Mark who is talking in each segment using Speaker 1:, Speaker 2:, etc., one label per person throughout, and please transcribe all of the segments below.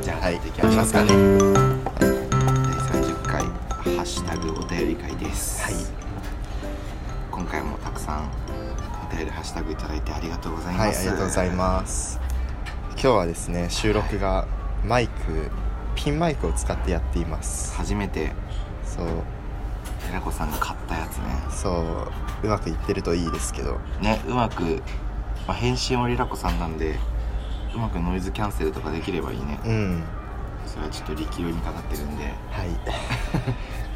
Speaker 1: ますか第30回「ハッシュタグお便り会」です、
Speaker 2: はい
Speaker 1: 今回もたくさんお便りハッシュタグいただいてありがとうござい
Speaker 2: は
Speaker 1: ま
Speaker 2: い、
Speaker 1: す
Speaker 2: ありがとうございます。今日はですね、収録がマイク、ピンマイクを使ってやっています。
Speaker 1: 初めて
Speaker 2: そう、
Speaker 1: 寺子さんが買ったやつね
Speaker 2: そう、うまくいってるといいですけど、
Speaker 1: ねうまく、まあ、返信もリラコさんなんでうまくノイズキャンセルとかできればいいね
Speaker 2: うん、
Speaker 1: それはちょっと力量にかかってるんで
Speaker 2: はい、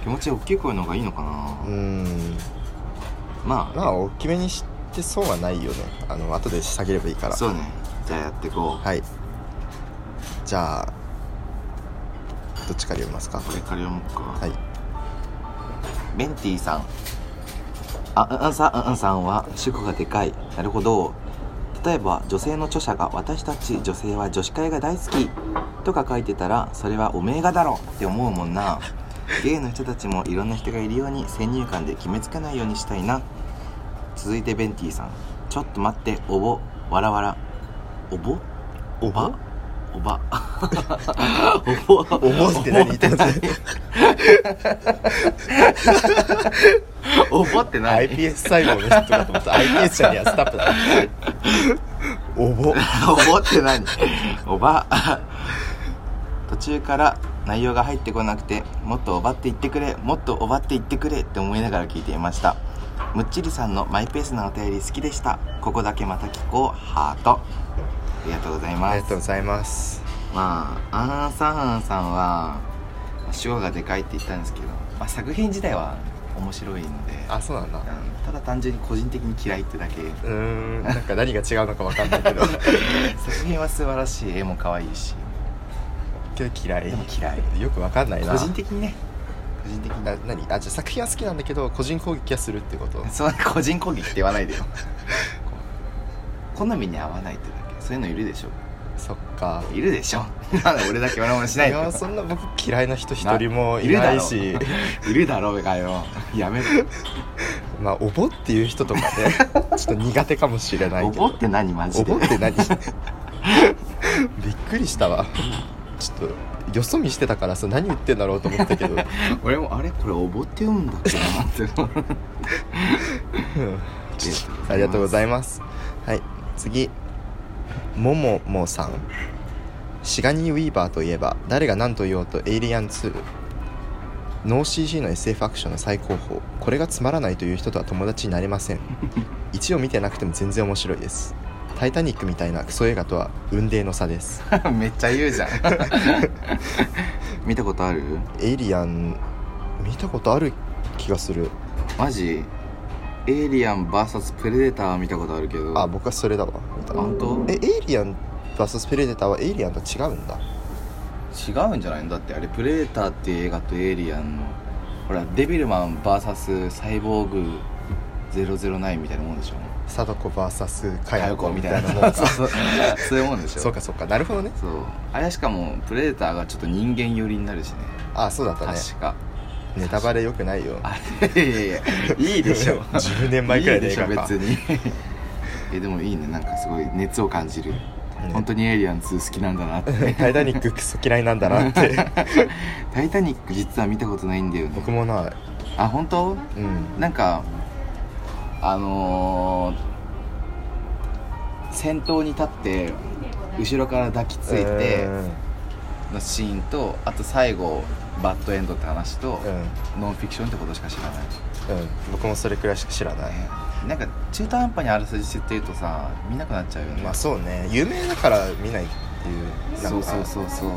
Speaker 1: 気持ち大きい声の方がいいのかな、
Speaker 2: うん、
Speaker 1: まあ
Speaker 2: まあ大きめにしてそうはないよね。あの後で下げればいいから。
Speaker 1: そうねじゃあやっていこう、
Speaker 2: はい。じゃあ、どっちから読みますか。
Speaker 1: これから読もうか、
Speaker 2: はい、
Speaker 1: ベンティさんああんさんあんさんは主語がでかいなるほど例えば女性の著者が「私たち女性は女子会が大好き」とか書いてたらそれはおめえがだろって思うもんなゲイの人たちもいろんな人がいるように先入観で決めつけないようにしたいな続いてベンティさんちょっと待っておぼわらわらおぼ
Speaker 2: お
Speaker 1: ば おば おぼ
Speaker 2: おぼって何言ってんの
Speaker 1: おぼってない
Speaker 2: iPS 細胞の人かと 思った iPS じゃねえやスタップだおぼ
Speaker 1: おぼって何おば途中から内容が入ってこなくてもっとおばって言ってくれもっとおばって言ってくれって思いながら聞いていましたむっちりさんのマイペースなお便り好きでしたここだけまた聞こうハートありがとうござい
Speaker 2: あ
Speaker 1: ま
Speaker 2: りがと
Speaker 1: す
Speaker 2: うございます
Speaker 1: まあアンサンアンさんは主語がでかいって言ったんですけど、まあ、作品自体は面白いので
Speaker 2: あそうなんだ
Speaker 1: うんただ単純に個人的に嫌いってだけ
Speaker 2: うーんなんか何が違うのか分かんない けど
Speaker 1: 作品は素晴らしい絵も可愛いし
Speaker 2: けど嫌い
Speaker 1: でも嫌い
Speaker 2: よく分かんないな
Speaker 1: 個人的にね個人的に
Speaker 2: あ何あじゃあ作品は好きなんだけど個人攻撃はするってこと
Speaker 1: そんな個人攻撃って言わないでよ好みに合わないってだけそういうのいるでしょ
Speaker 2: そっか
Speaker 1: いるでしょなんで俺だけ笑いもしない
Speaker 2: い
Speaker 1: で
Speaker 2: や
Speaker 1: よ
Speaker 2: そんな僕嫌いな人一人もいないし
Speaker 1: るだろいるだろうがよやめろ
Speaker 2: まあおぼっていう人 とかねちょっと苦手かもしれない
Speaker 1: お
Speaker 2: け
Speaker 1: ぼ
Speaker 2: ど
Speaker 1: って何マジ
Speaker 2: お
Speaker 1: で
Speaker 2: ぼって 何びっくりしたわちょっとよそ見してたからさ何言ってんだろうと思った けど
Speaker 1: 俺もあれこれおぼって読むんだっけなって思 う
Speaker 2: ありがとうございますはい次もももさんシガニー・ウィーバーといえば誰が何と言おうと「エイリアン2」ノー CG の SF アクションの最高峰これがつまらないという人とは友達になれません 1を見てなくても全然面白いです「タイタニック」みたいなクソ映画とは雲泥の差です
Speaker 1: すめっちゃ言う じゃん見たことある
Speaker 2: エイリアン見たことある気がする
Speaker 1: マジエイリアン VS プレデターは見たことあるけど
Speaker 2: あ僕はそれだわ見た
Speaker 1: 本当
Speaker 2: えエイリアン VS ペレデターはエイリアンと違うんだ
Speaker 1: 違うんじゃないのだってあれ「プレデター」っていう映画と「エイリアン」のほらデビルマン VS サイボーグ009みたいなもんでしょ
Speaker 2: 貞子 VS
Speaker 1: カ
Speaker 2: カ
Speaker 1: ヤ
Speaker 2: ヤ
Speaker 1: コ
Speaker 2: コ
Speaker 1: み
Speaker 2: み
Speaker 1: た
Speaker 2: た
Speaker 1: い
Speaker 2: い
Speaker 1: な
Speaker 2: なもん
Speaker 1: そうそうそういうもんでしょ
Speaker 2: そうかそうかなるほどね
Speaker 1: そうあれしかもプレデターがちょっと人間寄りになるしね
Speaker 2: あそうだったね
Speaker 1: 確か
Speaker 2: ネタバレよくないよ
Speaker 1: あいやいやいやいいでしょ
Speaker 2: 10年前くらいの
Speaker 1: で
Speaker 2: 映
Speaker 1: しょ
Speaker 2: 画か
Speaker 1: 別にえでもいいねなんかすごい熱を感じる、本当に「エイリアン2」好きなんだなって
Speaker 2: 「タイタニッククソ嫌いなんだな」って
Speaker 1: 「タイタニック」実は見たことないんだよね
Speaker 2: 僕もない
Speaker 1: あ本当
Speaker 2: うん
Speaker 1: なんかあのー先頭に立って後ろから抱きついて
Speaker 2: うん
Speaker 1: のシーンとあと最後バッドエンドって話と、
Speaker 2: うん
Speaker 1: ノンフィクションってことしか知らない、
Speaker 2: うん僕もそれくらいしか知らない
Speaker 1: なんか中途半端にあらすじ設定言うとさ見なくなっちゃうよね、
Speaker 2: まあそうね有名だから見ないっていうなんか
Speaker 1: そうそうそうそう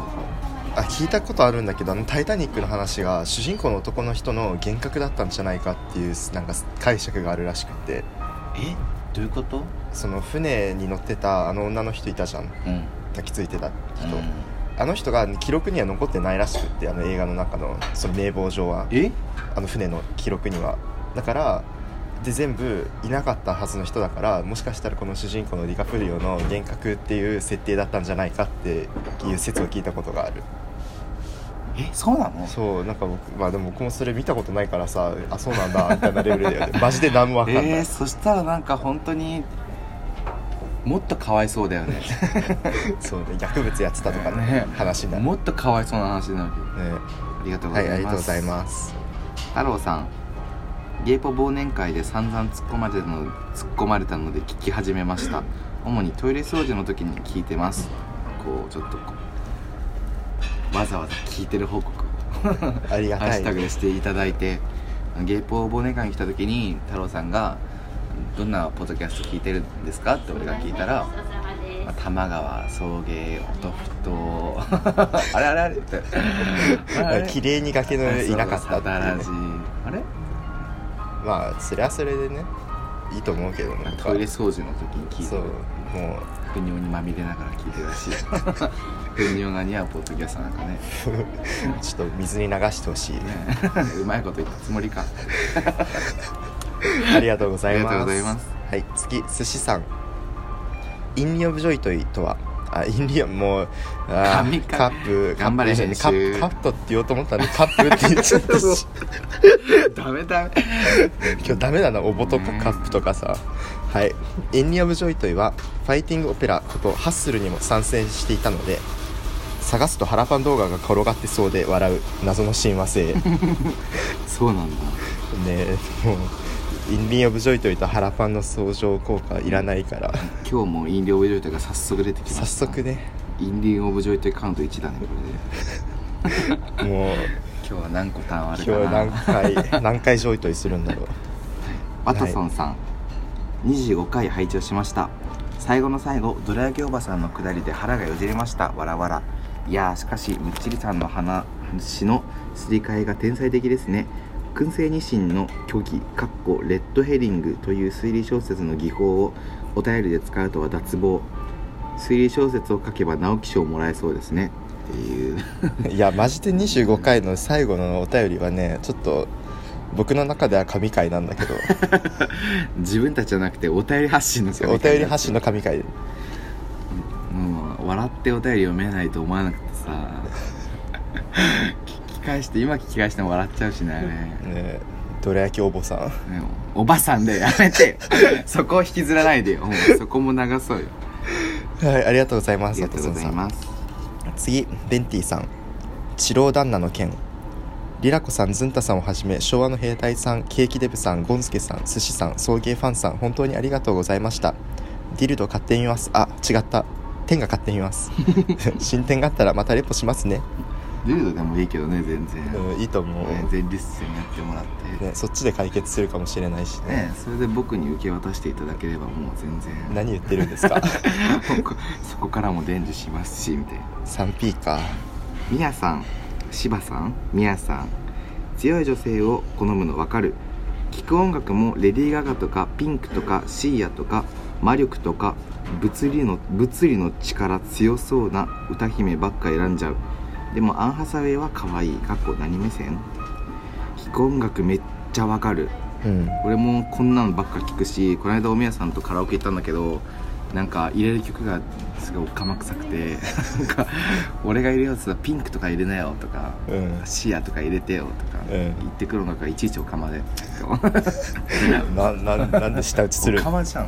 Speaker 2: あ聞いたことあるんだけどあの「タイタニック」の話が主人公の男の人の幻覚だったんじゃないかっていうなんか解釈があるらしくて
Speaker 1: えどういうこと
Speaker 2: その船に乗ってたあの女の人いたじゃん
Speaker 1: うん
Speaker 2: 抱きついてた人、
Speaker 1: うん
Speaker 2: あの人が記録には残ってないらしくってあの映画の中のその名簿上は
Speaker 1: え
Speaker 2: あの船の記録にはだからで全部いなかったはずの人だからもしかしたらこの主人公のディカプリオの幻覚っていう設定だったんじゃないかっていう説を聞いたことがある
Speaker 1: えそうなの
Speaker 2: そうなんか僕まあでも僕もそれ見たことないからさあそう なんだみたいなレベルだよねマジで何もわかんない、
Speaker 1: えー、そしたらなんか本当にもっとかわいそうだよね
Speaker 2: そうね薬物やってたとかね
Speaker 1: ね
Speaker 2: 話になるね
Speaker 1: もっとかわいそうな話になるけどありがとうご
Speaker 2: は
Speaker 1: ざ
Speaker 2: いあ
Speaker 1: い
Speaker 2: りがとう
Speaker 1: ま
Speaker 2: ご
Speaker 1: す、
Speaker 2: ざいます
Speaker 1: 太郎さんゲイポ忘年会で散々突っ込まれたの突っ込まれたので聞き始めました主にトイレ掃除の時に聞いてますこうちょっとこうわざわざ聞いてる報告を
Speaker 2: ありが
Speaker 1: ハッ
Speaker 2: た
Speaker 1: シ
Speaker 2: い
Speaker 1: ュタグでしていただいてゲイポ忘年会に来た時に太郎さんが「どんなポッドキャスト聞いてるんですか?」って俺が聞いたら「まあ、多摩川送迎音ふとあれあれあれ」って「あれあれ
Speaker 2: 綺麗に崖の上いなかった
Speaker 1: そう
Speaker 2: って
Speaker 1: サダ
Speaker 2: いう
Speaker 1: ラ
Speaker 2: ね
Speaker 1: ジあれ
Speaker 2: まあそれはそれでねいいと思うけどなんか
Speaker 1: トイレ掃除の時に聞いて
Speaker 2: そう
Speaker 1: る
Speaker 2: も
Speaker 1: ふにおにまみれながら聞いてるらしい ふにおが似合うポッドキャストなんかね
Speaker 2: うちょっと水に流してほしい
Speaker 1: ねうまいこと言ったつも りか
Speaker 2: ありがとうございます
Speaker 1: ありがとうございます
Speaker 2: はい次寿司さんインリオブジョイトイとはあインリオもうあ
Speaker 1: 神
Speaker 2: ー
Speaker 1: か
Speaker 2: カップ
Speaker 1: 頑張れ
Speaker 2: カップ
Speaker 1: 編集
Speaker 2: カップカットって言おうと思ったらカップって言っちゃったし
Speaker 1: ダメダメ
Speaker 2: 今日ダメだなおぼとこカップとかさはい「エンニア・ブ・ジョイトイ」はファイティングオペラことハッスルにも参戦していたので探すと腹パン動画が転がってそうで笑う謎の親和 性ね
Speaker 1: そうなんだ
Speaker 2: えもう「インリン・オブ・ジョイトイ」と腹パンの相乗効果いらないから
Speaker 1: 今日も飲料オブジョイトが早速出てきました
Speaker 2: 早速ね
Speaker 1: インディーンオブジョイトカウント1だねこれで
Speaker 2: もう
Speaker 1: 今日は何個ターンあ
Speaker 2: 今
Speaker 1: る
Speaker 2: 日
Speaker 1: かな
Speaker 2: 何 回何回ジョイトイするんだろう
Speaker 1: ワトソンさん、25回拝聴しました最後の最後どら焼きおばさんのくだりで腹がよじれましたわらわらいやーしかしむっちりさんの話のすり替えが天才的ですね燻製ニシンの虚偽かっこレッドヘリングという推理小説の技法をお便りで使うとは脱帽推理小説を書けば直木賞もらえそうですねっていう
Speaker 2: いやマジで25回の最後のお便りはねちょっと僕の中では神回なんだ けど
Speaker 1: 自分たちじゃなくてお便り発信の
Speaker 2: お便り発信の神回
Speaker 1: もう笑ってお便り読めないと思わなくてさ聞き返して今聞き返しても笑っちゃうしねあれね
Speaker 2: ねどら焼きおぼさん
Speaker 1: おばさんでやめ てよそこを引きずらないでよもうそこも流そうよ
Speaker 2: はいありがとうござい
Speaker 1: あ
Speaker 2: ます
Speaker 1: りがとうございます
Speaker 2: 佐藤さん次ベンティさん治郎旦那の件リラコさんズンタさんをはじめ昭和の兵隊さんケーキデブさんゴンスケさん寿司さん送迎ファンさん本当にありがとうございましたディルド買ってみますあ違った天が買ってみます 進展があったらまたレポしますね、
Speaker 1: ルードでもいいけどね全然
Speaker 2: うん、いいと思う、
Speaker 1: ね全リストにやってもらってね
Speaker 2: ね、そっちで解決するかもしれないしね
Speaker 1: それで僕に受け渡していただければもう全然
Speaker 2: 何言ってるんです か
Speaker 1: もう こそこからも伝授しますしみたいな
Speaker 2: 3P か
Speaker 1: みやさん芝さんみやさん強い女性を好むの分かる聴く音楽もレディー・ガガとかピンクとかシーヤとか魔力とか物理の物理の力強そうな歌姫ばっか選んじゃうでもアンハサウェイは可愛いかっこ何目線聴く音楽めっちゃ分かる
Speaker 2: うん
Speaker 1: 俺もこんなのばっか聞くしこの間おみやさんとカラオケ行ったんだけどなんか入れる曲がすごいおっかまくさくてなんか俺が入れようとしたらピンクとか入れなよとか
Speaker 2: うん
Speaker 1: シアとか入れてよとか、
Speaker 2: うん
Speaker 1: 言ってくるのがいちいちおかまで
Speaker 2: なななんで舌打ちする
Speaker 1: おかまじゃん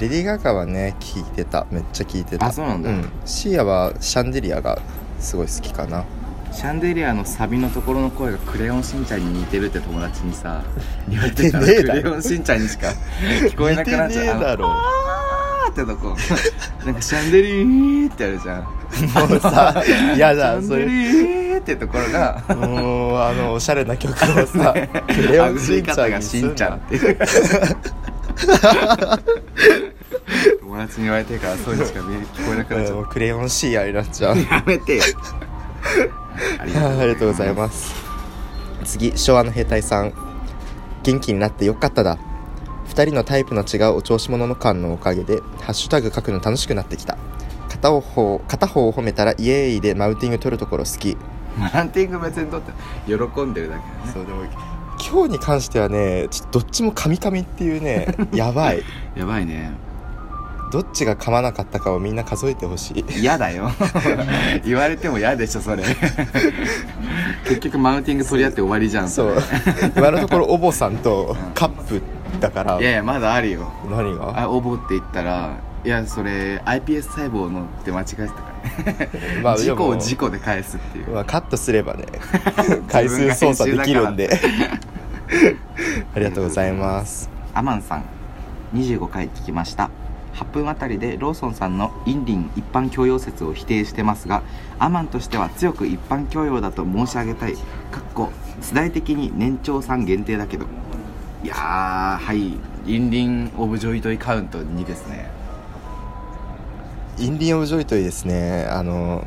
Speaker 2: レディー・ガガはね聞いてためっちゃ聞いてた
Speaker 1: あそうなんだ
Speaker 2: シーアはシャンデリアがすごい好きかな
Speaker 1: シャンデリアのサビのところの声がクレヨンしんちゃんに似てるって友達にさ言われてから
Speaker 2: 似てねえ
Speaker 1: ク
Speaker 2: だろ
Speaker 1: レヨンしんちゃんにしか 聞こえなくなっち
Speaker 2: 似て
Speaker 1: ゃ
Speaker 2: ね
Speaker 1: う
Speaker 2: えだろ
Speaker 1: あのあーってとこなんかシャンデリーってあるじゃん
Speaker 2: もうさ 嫌だ
Speaker 1: シャン
Speaker 2: そ
Speaker 1: デ
Speaker 2: れ
Speaker 1: リーってところが
Speaker 2: もうあのおしゃれな曲を さ「クレヨンしんちゃん」
Speaker 1: が
Speaker 2: に
Speaker 1: し
Speaker 2: すん
Speaker 1: んちゃん
Speaker 2: な
Speaker 1: っていう友達に言われてからそうにしか見え聞こえなくなっちゃ
Speaker 2: う
Speaker 1: うん
Speaker 2: クレヨンシーアになっちゃう
Speaker 1: やめてよあ
Speaker 2: はいありがとうござい
Speaker 1: す
Speaker 2: ます次昭和の兵隊さん元気になってよかっただ2人のタイプの違うお調子者の感のおかげでハッシュタグ書くの楽しくなってきた片方片方を褒めたらイエーイでマウンティング取るところ好き
Speaker 1: マンティング別にとって喜んでるだけだね
Speaker 2: そうでも今日に関してはねちょっとどっちも噛み噛みっていう ねやばい
Speaker 1: やばいね
Speaker 2: どっちが噛まなかったかをみんな数えてほしい
Speaker 1: 嫌だよ言われても嫌でしょそれ結局マウンティング取り合って終わりじゃん
Speaker 2: そう今のところおぼさんとカップだから
Speaker 1: いやいやまだあるよ
Speaker 2: 何が
Speaker 1: あ応募って言ったらいやそれ iPS 細胞のって間違えてたからね、
Speaker 2: まあ
Speaker 1: 事故
Speaker 2: で
Speaker 1: を
Speaker 2: も
Speaker 1: 事故で返すっていう
Speaker 2: まあカットすれば ね回数操作できるんで ありがとうございます
Speaker 1: アマンさん25回聞きました8分あたりでローソンさんのインリン一般教養説を否定してますがアマンとしては強く一般教養だと申し上げたいかっこ世代的に年長さん限定だけどいやーはいインリンオブジョイトイカウント2ですね
Speaker 2: インディオブジョイトイですねあの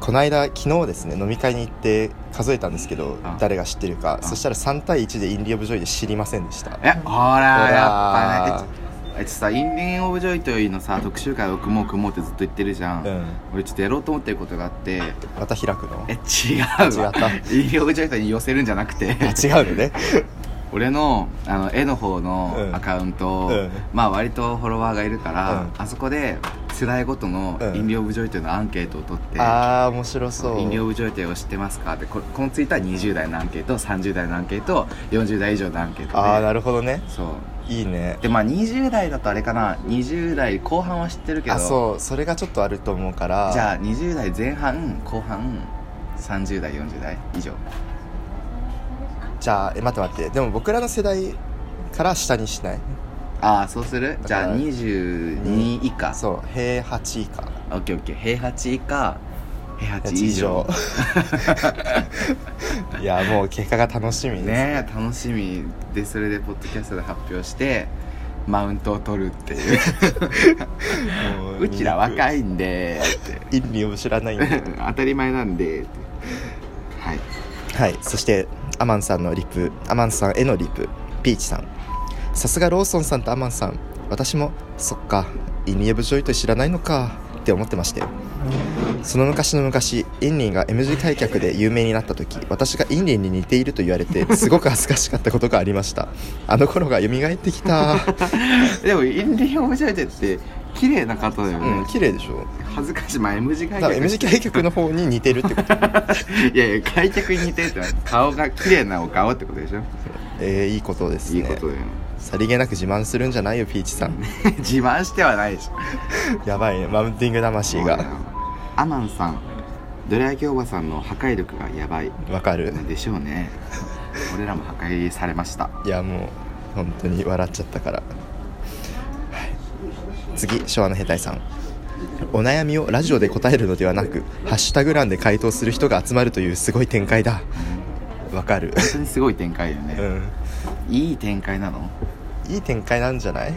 Speaker 2: この間昨日ですね飲み会に行って数えたんですけど
Speaker 1: あ
Speaker 2: 誰が知ってるか
Speaker 1: あ
Speaker 2: そしたら3対1でインディオブジョイで知りませんでした
Speaker 1: えほら
Speaker 2: ほら
Speaker 1: やっぱねえちえちょっとさインリンオブジョイトイのさ特集会を組もう組もうってずっと言ってるじゃん、
Speaker 2: うん
Speaker 1: 俺ちょっとやろうと思ってることがあって
Speaker 2: また開くの
Speaker 1: え違う
Speaker 2: 違
Speaker 1: わ
Speaker 2: った
Speaker 1: インリンオブジョイトイに寄せるんじゃなく
Speaker 2: あ
Speaker 1: て
Speaker 2: 違うのね
Speaker 1: 俺のあの絵の方の
Speaker 2: うん
Speaker 1: アカウント、
Speaker 2: うん
Speaker 1: まあ割とフォロワーがいるか
Speaker 2: う
Speaker 1: ら、
Speaker 2: ん
Speaker 1: あそこで世代ごとの
Speaker 2: うん
Speaker 1: インリオブジョイというのアンケートを取って、
Speaker 2: ああ面白そう
Speaker 1: 飲料部ジョイテを知ってますかってここのツイートは20代のアンケート30代のアンケート40代以上のアンケートで
Speaker 2: ああなるほどね
Speaker 1: そう
Speaker 2: いいね
Speaker 1: でまあ20代だとあれかな20代後半は知ってるけど
Speaker 2: あそうそれがちょっとあると思うから
Speaker 1: じゃあ20代前半後半30代40代以上
Speaker 2: じゃあえ待って待ってでも僕らの世代から下にしない
Speaker 1: ああそうするじゃ
Speaker 2: だ
Speaker 1: あ
Speaker 2: から
Speaker 1: 22以下
Speaker 2: そう平8以下
Speaker 1: オッケーオッケー平八以下平八以上
Speaker 2: いやもう結果が楽しみです
Speaker 1: ねえ楽しみでそれでポッドキャストで発表してマウントを取るっ ていう
Speaker 2: も
Speaker 1: うちら若
Speaker 2: い
Speaker 1: いん でって
Speaker 2: 意味を知らないんで
Speaker 1: 当たり前なんでってはい
Speaker 2: はいそしてアマンさんのリプアマンさんへのリプピーチさんさすがローソンさんとアマンさん私もそっかイニエブジョイと知らないのかって思ってましたよその昔の昔インリンが M 字開脚で有名になった時私がインリンに似ていると言われてすごく恥ずかしかったことがありましたあの頃が蘇ってきた、
Speaker 1: でもインディオンオブジョイテって綺麗な方だよ
Speaker 2: う
Speaker 1: ね
Speaker 2: ん、、綺麗でしょ
Speaker 1: 恥ずかしいまあ M 字開
Speaker 2: だから
Speaker 1: 脚
Speaker 2: M 字開脚の方に似てるってこと
Speaker 1: いやいや開脚に似てるってのは顔が綺麗なお顔ってことでしょ
Speaker 2: えー、いいことです
Speaker 1: い
Speaker 2: ね
Speaker 1: いことだよね
Speaker 2: さりげなく自慢するんじゃないよピーチさん
Speaker 1: 自慢してはないでしょ
Speaker 2: やばいねマウンティング魂が
Speaker 1: アマンさんどら焼きおばさんの破壊力がやばい
Speaker 2: わかる
Speaker 1: でしょうね俺らも破壊されました
Speaker 2: いやもう本当に笑っちゃったから、はい次昭和の兵隊さんお悩みをラジオで答えるのではなくハッシュタグ欄で回答する人が集まるというすごい展開だわかる
Speaker 1: 本当にすごい展開よ
Speaker 2: う
Speaker 1: ね、
Speaker 2: ん
Speaker 1: いい展開なの
Speaker 2: いい展開なんじゃない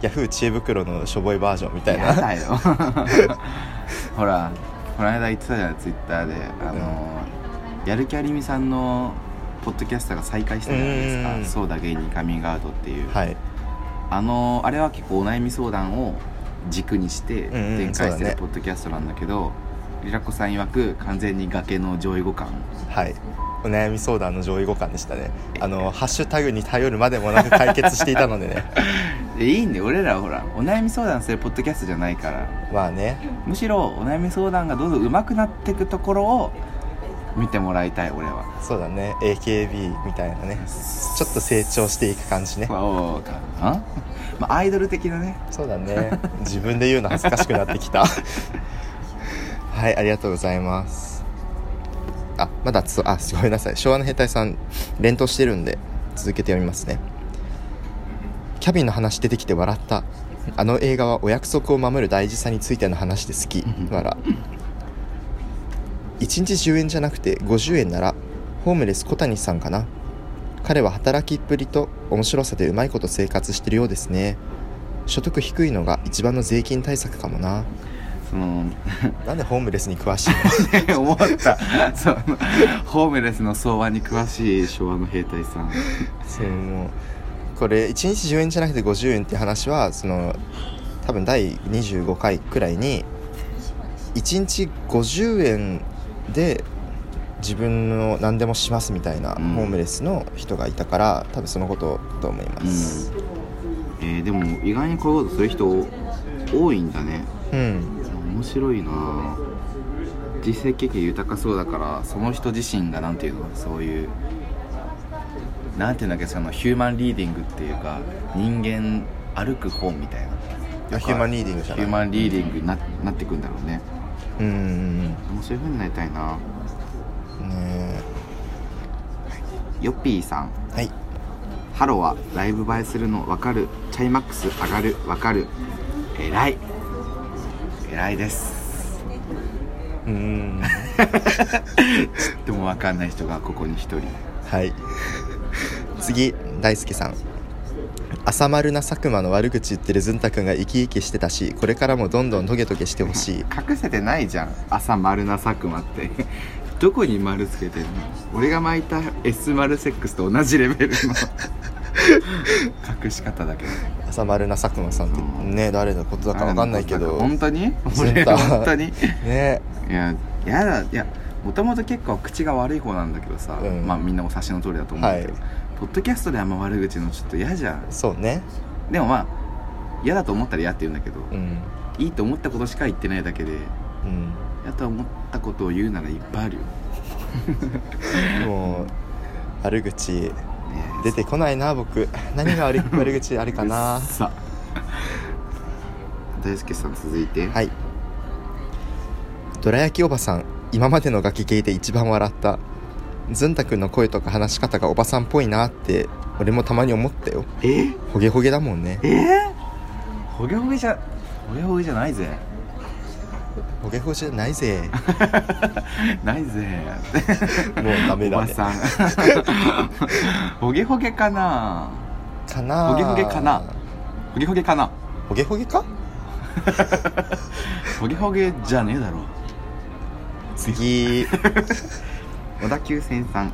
Speaker 2: ヤフー知恵袋のしょぼいバージョンみたい
Speaker 1: や
Speaker 2: な
Speaker 1: だよほらこの間言ってたじゃんツイッターであの、やる気ありみさんのポッドキャスターが再開したじゃないです
Speaker 2: うん
Speaker 1: か「そうだ芸人カミングアウト」っていう、
Speaker 2: はい
Speaker 1: あのあれは結構お悩み相談を軸にして
Speaker 2: うんうん
Speaker 1: 展開し
Speaker 2: そう
Speaker 1: て
Speaker 2: だね
Speaker 1: るポッドキャストなんだけど、りらこさん曰く完全に崖の上位互換
Speaker 2: はいお悩み相談の上位互換でしたねあのハッシュタグに頼るまでもなく解決していたのでね
Speaker 1: えいいんで俺らはほらお悩み相談するポッドキャストじゃないから
Speaker 2: まあね
Speaker 1: むしろお悩み相談がどんどん上手くなっていくところを見てもらいたい俺は
Speaker 2: そうだね AKB みたいなねちょっと成長していく感じね
Speaker 1: そうかな、まあ、アイドル的なね
Speaker 2: そうだね自分で言うの恥ずかしくなってきたはいありがとうございますあまだつあごめんなさい昭和の兵隊さん連投してるんで続けて読みますねキャビンの話出てきて笑ったあの映画はお約束を守る大事さについての話で好き笑1日10円じゃなくて50円ならホームレス小谷さんかな彼は働きっぷりと面白さでうまいこと生活してるようですね所得低いのが一番の税金対策かもな
Speaker 1: その
Speaker 2: なんでホームレスに詳しい
Speaker 1: 思ったそのホームレスの相場に詳しい昭和の兵隊さん
Speaker 2: の そうもうこれ1日10円じゃなくて50円って話はその多分第25回くらいに1日50円で自分の何でもしますみたいなホ
Speaker 1: うん
Speaker 2: ームレスの人がいたから、多分そのことだと思います
Speaker 1: えーでも意外にこういうことする人多いんだね
Speaker 2: うん、
Speaker 1: 面白いな実践経験豊かそうだからその人自身がなんていうのそういうなんていうんだっけそのヒューマンリーディングっていうか人間歩く本みたいな
Speaker 2: あヒューマンリーディングじゃない
Speaker 1: ヒューマンリーディングにななってくんだろうね
Speaker 2: うんうんうんね
Speaker 1: もうそういうふうになりたいな
Speaker 2: え
Speaker 1: ヨッピーさん
Speaker 2: はい
Speaker 1: ハロはライブ映えするの分かるチャイマックス上がる分かる偉い偉いです
Speaker 2: うーん
Speaker 1: でも分かんない人がここに一人
Speaker 2: はい次大輔さん朝丸な佐久間の悪口言ってるずんたくんが生き生きしてたしこれからもどんどんトゲトゲしてほしい
Speaker 1: 隠せてないじゃん朝丸な佐久間って どこに丸つけてんの俺が巻いた S 丸セックスと同じレベルの 隠し方だけど
Speaker 2: 朝丸な佐久間さんってね誰のことだか分かんないけど
Speaker 1: 本当に
Speaker 2: セ
Speaker 1: 俺
Speaker 2: ンター
Speaker 1: 本当にい
Speaker 2: ね
Speaker 1: ややだいやもともと結構口が悪い方なんだけどさ、
Speaker 2: うん
Speaker 1: まあみんなお察しの通りだと思うんだけど、
Speaker 2: は
Speaker 1: ポッドキャストであんま悪口のちょっと嫌じゃん
Speaker 2: そうね
Speaker 1: でもまあ嫌だと思ったら嫌って言うんだけど、
Speaker 2: うん
Speaker 1: いいと思ったことしか言ってないだけで
Speaker 2: うん
Speaker 1: 嫌と思ったことを言うならいっぱいあるよ、
Speaker 2: もう悪口
Speaker 1: ねえ
Speaker 2: 出てこないな僕何が悪い悪口あるかな
Speaker 1: さ 大輔さん続いて、
Speaker 2: はいどら焼きおばさん今までのガキゲイで一番笑ったずんたくんの声とか話し方がおばさんっぽいなって俺もたまに思ったよ
Speaker 1: え
Speaker 2: ほげほげだもんね
Speaker 1: えほげほげじゃほげほげじゃないぜ
Speaker 2: ほげほげじゃない ぜ
Speaker 1: ないぜ
Speaker 2: もうダメ
Speaker 1: お
Speaker 2: だ
Speaker 1: ば
Speaker 2: ね
Speaker 1: さん ほげほげかな
Speaker 2: かなあ
Speaker 1: ほげほげかなほげほげかな
Speaker 2: ほげほげか
Speaker 1: ほげほげじゃねえだろ
Speaker 2: 次
Speaker 1: 小田急線さん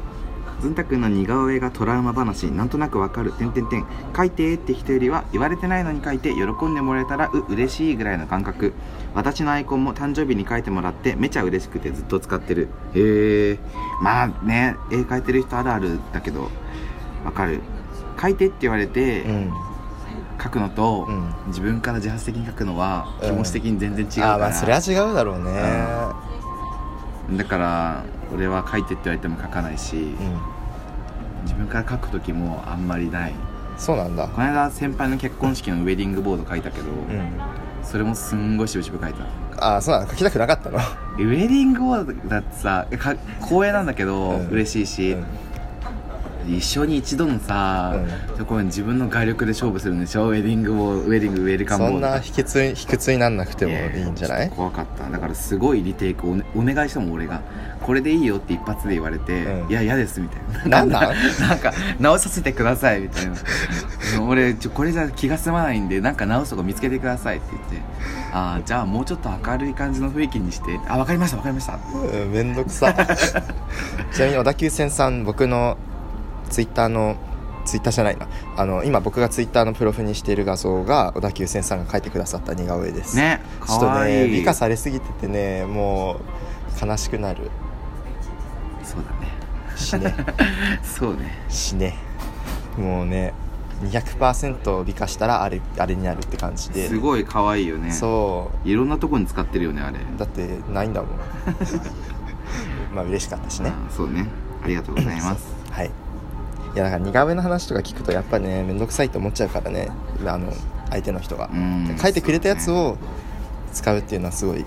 Speaker 1: ずんたくんの似顔絵がトラウマ話なんとなくわかる点点点書いてって人よりは言われてないのに書いて喜んでもらえたらう嬉しいぐらいの感覚私のアイコンも誕生日に書いてもらってめちゃ嬉しくてずっと使ってるへえまあね絵描いてる人あるあるだけどわかる書いてって言われて
Speaker 2: うん
Speaker 1: 書くのと、
Speaker 2: うん
Speaker 1: 自分から自発的に書くのは
Speaker 2: うん
Speaker 1: 気持ち的に全然違うか
Speaker 2: あー
Speaker 1: ら、
Speaker 2: まあそれは違うだろうね
Speaker 1: だから俺は書いてって言われても書かないし、
Speaker 2: うん
Speaker 1: 自分から書く時もあんまりない
Speaker 2: そうなんだ
Speaker 1: この間先輩の結婚式のウェディングボード書いたけ
Speaker 2: う
Speaker 1: ど、
Speaker 2: ん
Speaker 1: それもすんごい渋々書いた
Speaker 2: あーそうなの書きたくなかったの
Speaker 1: ウェディングボードだってさか光栄なんだけど、
Speaker 2: うん
Speaker 1: 嬉しいし、一生に一度のさ、
Speaker 2: う
Speaker 1: ところに自分の外力で勝負するんでしょウェディングボードウェディングウェルカムボー
Speaker 2: そ
Speaker 1: ド
Speaker 2: んな卑屈に卑屈になんなくても
Speaker 1: ええ
Speaker 2: いいんじゃな
Speaker 1: ちょ
Speaker 2: い
Speaker 1: っと怖かっただからすごいリテイクお,、お願いしても俺が「これでいいよ」って一発で言われて「
Speaker 2: うん
Speaker 1: いや嫌です」みたいな
Speaker 2: なんなん
Speaker 1: なんか直させてくださいみたいな俺ちょこれじゃ気が済まないんでなんか直すとこ見つけてくださいって言ってああじゃあもうちょっと明るい感じの雰囲気にしてあわかりましたわかりました
Speaker 2: うんめんどく さちなみに小田急線さん僕のツイッターのツイッターじゃないなあの今僕がツイッターのプロフにしている画像が小田急線さんが描いてくださった似顔絵です
Speaker 1: ね
Speaker 2: ちょ
Speaker 1: か
Speaker 2: っと
Speaker 1: わ
Speaker 2: ね
Speaker 1: いい
Speaker 2: 美化されすぎててねもう悲しくなる
Speaker 1: そうだね
Speaker 2: し ね
Speaker 1: そうね
Speaker 2: しねもうね200%美化したらあれあれになるって感じです
Speaker 1: ごいかわいいよね
Speaker 2: そう
Speaker 1: いろんなとこに使ってるよねあれ
Speaker 2: だってないんだも んまあ嬉しかったしね
Speaker 1: あーそうねありがとうございます
Speaker 2: はいいやだから似顔絵の話とか聞くとやっぱね面倒くさいと思っちゃうからねあの相手の人が
Speaker 1: うん
Speaker 2: 書いてくれたやつを使うっていうのはすごいい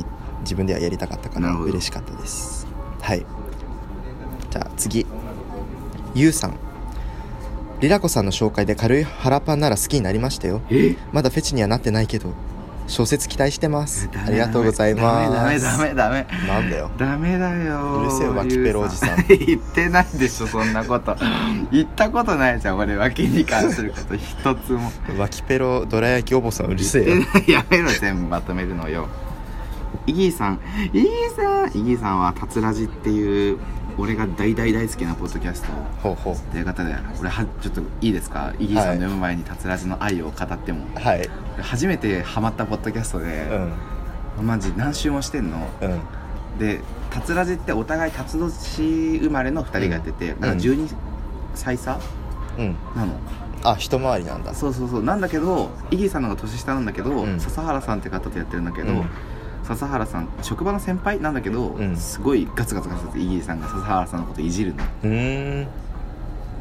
Speaker 2: い自分ではやりたかったか
Speaker 1: な
Speaker 2: ら
Speaker 1: るほど
Speaker 2: 嬉しかったですはいじゃあ次ゆうさんりらこさんの紹介で軽い腹パンなら好きになりましたよ
Speaker 1: え
Speaker 2: まだフェチにはなってないけど小説期待してます
Speaker 1: ダメ
Speaker 2: ありがとうございます
Speaker 1: ダメダメダメダメ
Speaker 2: なんだよ
Speaker 1: ダメだよ
Speaker 2: うるせえわきぺろおじさん
Speaker 1: ゆう言ってないでしょそんなこと言ったことないじゃん俺脇に関すること一つも
Speaker 2: 脇ペロどら焼きお坊さんうるせえよ
Speaker 1: やめろ全部まとめるのよイギーさんイギーさんイギーさんは「たつらじ」っていう俺が大大大好きなポッドキャスト
Speaker 2: ほうほ
Speaker 1: という方で俺はちょっといいですかイギーさんの読む前に「たつらじ」の愛を語っても
Speaker 2: うはい
Speaker 1: 初めてハマったポッドキャストで
Speaker 2: う、ん
Speaker 1: マジ何周もしてんの
Speaker 2: うん
Speaker 1: でたつらじってお互いたつ年生まれの2人がやってて、
Speaker 2: ん
Speaker 1: なんか12歳差
Speaker 2: うん
Speaker 1: なの、
Speaker 2: あ一回りなんだ
Speaker 1: そうそうそうなんだけどイギーさんの方が年下なんだけど、
Speaker 2: うん
Speaker 1: 笹原さんって方とやってるんだけど、
Speaker 2: うん
Speaker 1: 笹原さん職場の先輩なんだけど、
Speaker 2: うん
Speaker 1: すごいガツガツガツってイギーさんが笹原さんのこといじるの
Speaker 2: うーん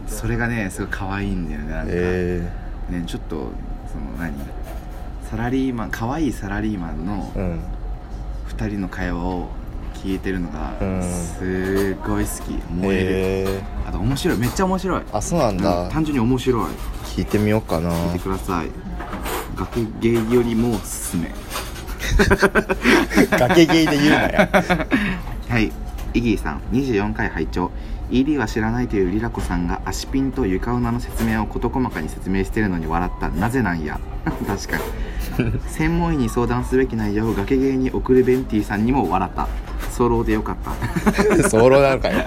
Speaker 1: それがねすごい可愛いんだよねなんか、
Speaker 2: え
Speaker 1: ねちょっとその何サラリーマン可愛いサラリーマンの
Speaker 2: えうん
Speaker 1: 2人の会話を聞いてるのが
Speaker 2: うん
Speaker 1: すごい好き燃え
Speaker 2: え
Speaker 1: る、あと面白いめっちゃ面白い
Speaker 2: えあそうなん
Speaker 1: うん
Speaker 2: だ
Speaker 1: 単純に面白い
Speaker 2: 聞いてみようか な
Speaker 1: 見てください学芸よりもおすすめ
Speaker 2: 崖ゲイで言うな や
Speaker 1: はいイギーさん24回拝聴 ED は知らないというリラコさんが足ピンと床ウナの説明を事細かに説明してるのに笑ったなぜなんや 確かに専門医に相談すべき内容を崖芸に送るベンティさんにも笑ったソロでよか った
Speaker 2: 早漏なのかよ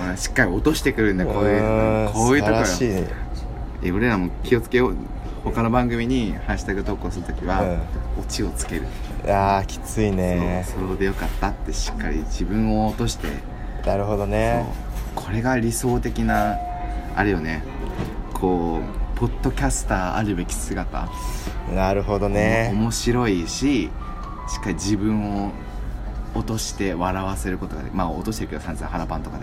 Speaker 1: ほらしっかり落としてくるんだこういう
Speaker 2: ーん
Speaker 1: こういうとこよ
Speaker 2: 素晴らしいね
Speaker 1: え俺らも気をつけよう他の番組にハッシュタグ投稿するときは、オチをつける、
Speaker 2: いやーきついね
Speaker 1: そうソロでよかったってしっかり自分を落として、
Speaker 2: なるほどね
Speaker 1: そうこれが理想的なあれよねこうポッドキャスターあるべき姿、
Speaker 2: なるほど
Speaker 1: お
Speaker 2: ね
Speaker 1: 面白いししっかり自分を落として笑わせることができまあ落としてるけど散々腹パンとか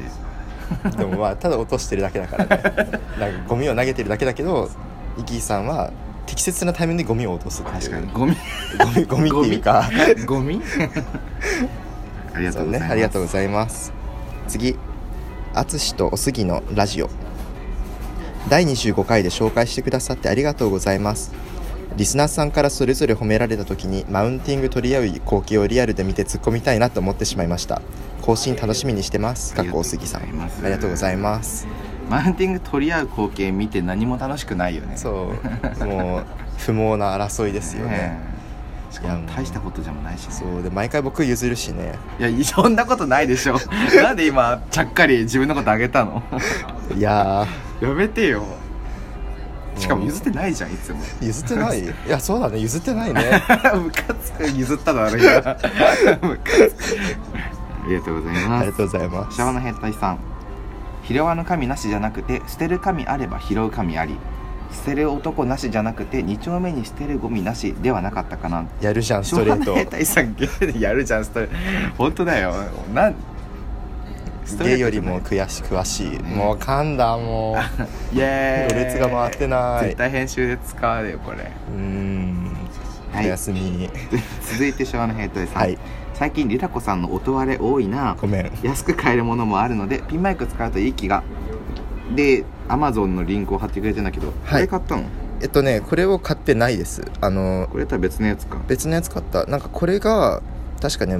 Speaker 1: で
Speaker 2: でもまあただ落としてるだけだから ねなんかゴミを投げてるだけだけどイキーさんは適切なタイミングでゴミを落とすっていう
Speaker 1: 確かにゴミ
Speaker 2: ゴミゴミっていうか
Speaker 1: ゴミ ありがとうございます、
Speaker 2: そうねありがとうございます次淳とおすぎのラジオ第25回で紹介してくださってありがとうございますリスナーさんからそれぞれ褒められた時にマウンティング取り合う光景をリアルで見て突っ込みたいなと思ってしまいました更新楽しみにしてますかっこおすぎさん
Speaker 1: ありがとうございます
Speaker 2: ありがとうございます
Speaker 1: マウンティング取り合う光景見て何も楽しくないよねう
Speaker 2: そうもう不毛な争いですよね
Speaker 1: しかも大したことじゃもないしね
Speaker 2: そうで毎回僕譲るしね
Speaker 1: いやそんなことないでしょ なんで今ちゃっかり自分のことあげたの
Speaker 2: いや
Speaker 1: やめてよしかも譲ってないじゃんいつも
Speaker 2: ー譲ってないいやそうだね譲ってないね
Speaker 1: ムカつく譲ったのあれが ムカつく ありがとうござい
Speaker 2: あ
Speaker 1: ま
Speaker 2: りが
Speaker 1: す
Speaker 2: とうございます
Speaker 1: シャワの変態さん拾わぬ神なしじゃなくて捨てる神あれば拾う神あり捨てる男なしじゃなくて2丁目に捨てるゴミなしではなかったかな
Speaker 2: やるじゃんス
Speaker 1: 昭和
Speaker 2: トレ
Speaker 1: の
Speaker 2: ート
Speaker 1: 兵隊さんゲーでやるじゃんストレート本当だよなんストレー
Speaker 2: ゲ
Speaker 1: トじゃない
Speaker 2: イよりも悔し詳しい
Speaker 1: ね
Speaker 2: もう噛んだ も
Speaker 1: イエーイ
Speaker 2: ろれつが回ってない
Speaker 1: 絶対編集で使うよこれ
Speaker 2: ううーんお
Speaker 1: はい
Speaker 2: やすみ
Speaker 1: 続いて昭和の兵隊さん、
Speaker 2: はい
Speaker 1: 最近リラコさんの音割れ多いな
Speaker 2: ごめん
Speaker 1: 安く買えるものもあるのでピンマイク使うといい気がでアマゾンのリンクを貼ってくれてんだけど、これ買ったの
Speaker 2: えっとねこれを買ってないですあの
Speaker 1: これとは別のやつか
Speaker 2: 別のやつ買ったなんかこれが確かね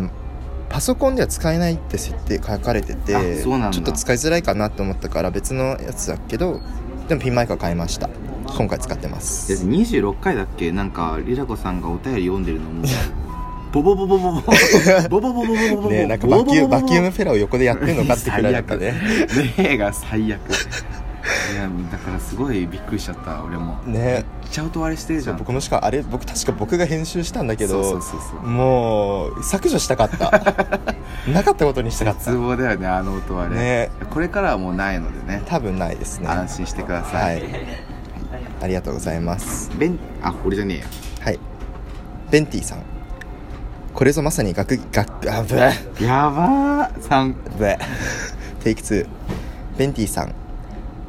Speaker 2: パソコンでは使えないって設定書かれてて
Speaker 1: あそうなんだ
Speaker 2: ちょっと使いづらいかなと思ったから別のやつだけどでもピンマイクは買いました今回使ってま
Speaker 1: です26回だっけなんかリラコさんがお便り読んでるのもボボボボボボボボボボボボボボボボ
Speaker 2: ねなんかバキュー
Speaker 1: ボボボボボ
Speaker 2: バキュームフェラーを横でやってるのかってくらいだったね
Speaker 1: 例が最悪いやだからすごいびっくりしちゃった俺も
Speaker 2: ね
Speaker 1: めっちゃ音割れしてるじゃん
Speaker 2: 僕もしかあれ僕確か僕が編集したんだけど
Speaker 1: そうそうそうそう
Speaker 2: もう削除したかった なかったことにしたかっ
Speaker 1: 絶
Speaker 2: た
Speaker 1: 望だよねあの音割れ、
Speaker 2: ね
Speaker 1: これからはもうないのでね
Speaker 2: 多分ないですね
Speaker 1: 安心してくだ
Speaker 2: は
Speaker 1: さい、
Speaker 2: いありがとうございます
Speaker 1: ベンあ俺じゃねえや
Speaker 2: はいベンティさんこれぞまさに学学あぶえ
Speaker 1: やばーさん
Speaker 2: ぶえテイク2ベンティさん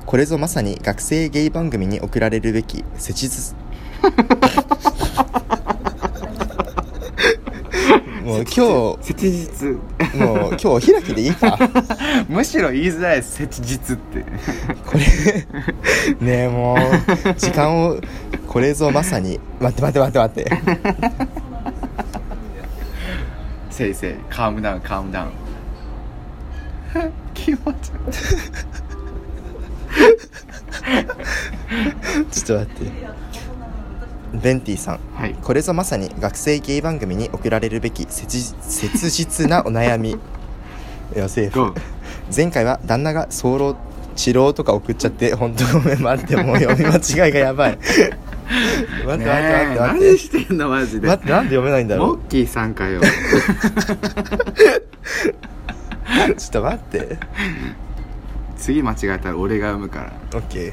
Speaker 2: これぞまさに学生ゲイ番組に送られるべき切 実もう今日
Speaker 1: 切実
Speaker 2: もう今日お開きでいいか
Speaker 1: むしろ言いづらい切実って
Speaker 2: これねえもう時間をこれぞまさに待って待って待って待って
Speaker 1: せいせいカームダウンカームダウン 気持ち悪い
Speaker 2: ちょっと待ってベンティさん
Speaker 1: はい
Speaker 2: これぞまさに学生ゲイ番組に送られるべき切実切実なお悩みいやセーフ
Speaker 1: ゴー
Speaker 2: 前回は旦那が早漏治療とか送っちゃって本当ごめん待ってもう読み間違いがやばい待って待って
Speaker 1: ね
Speaker 2: 待って
Speaker 1: え何
Speaker 2: 待って
Speaker 1: してんのマジで
Speaker 2: 待ってなんで読めないんだろう
Speaker 1: モッキーさんかよ
Speaker 2: ちょっと待って
Speaker 1: 次間違えたら俺が産むから
Speaker 2: OK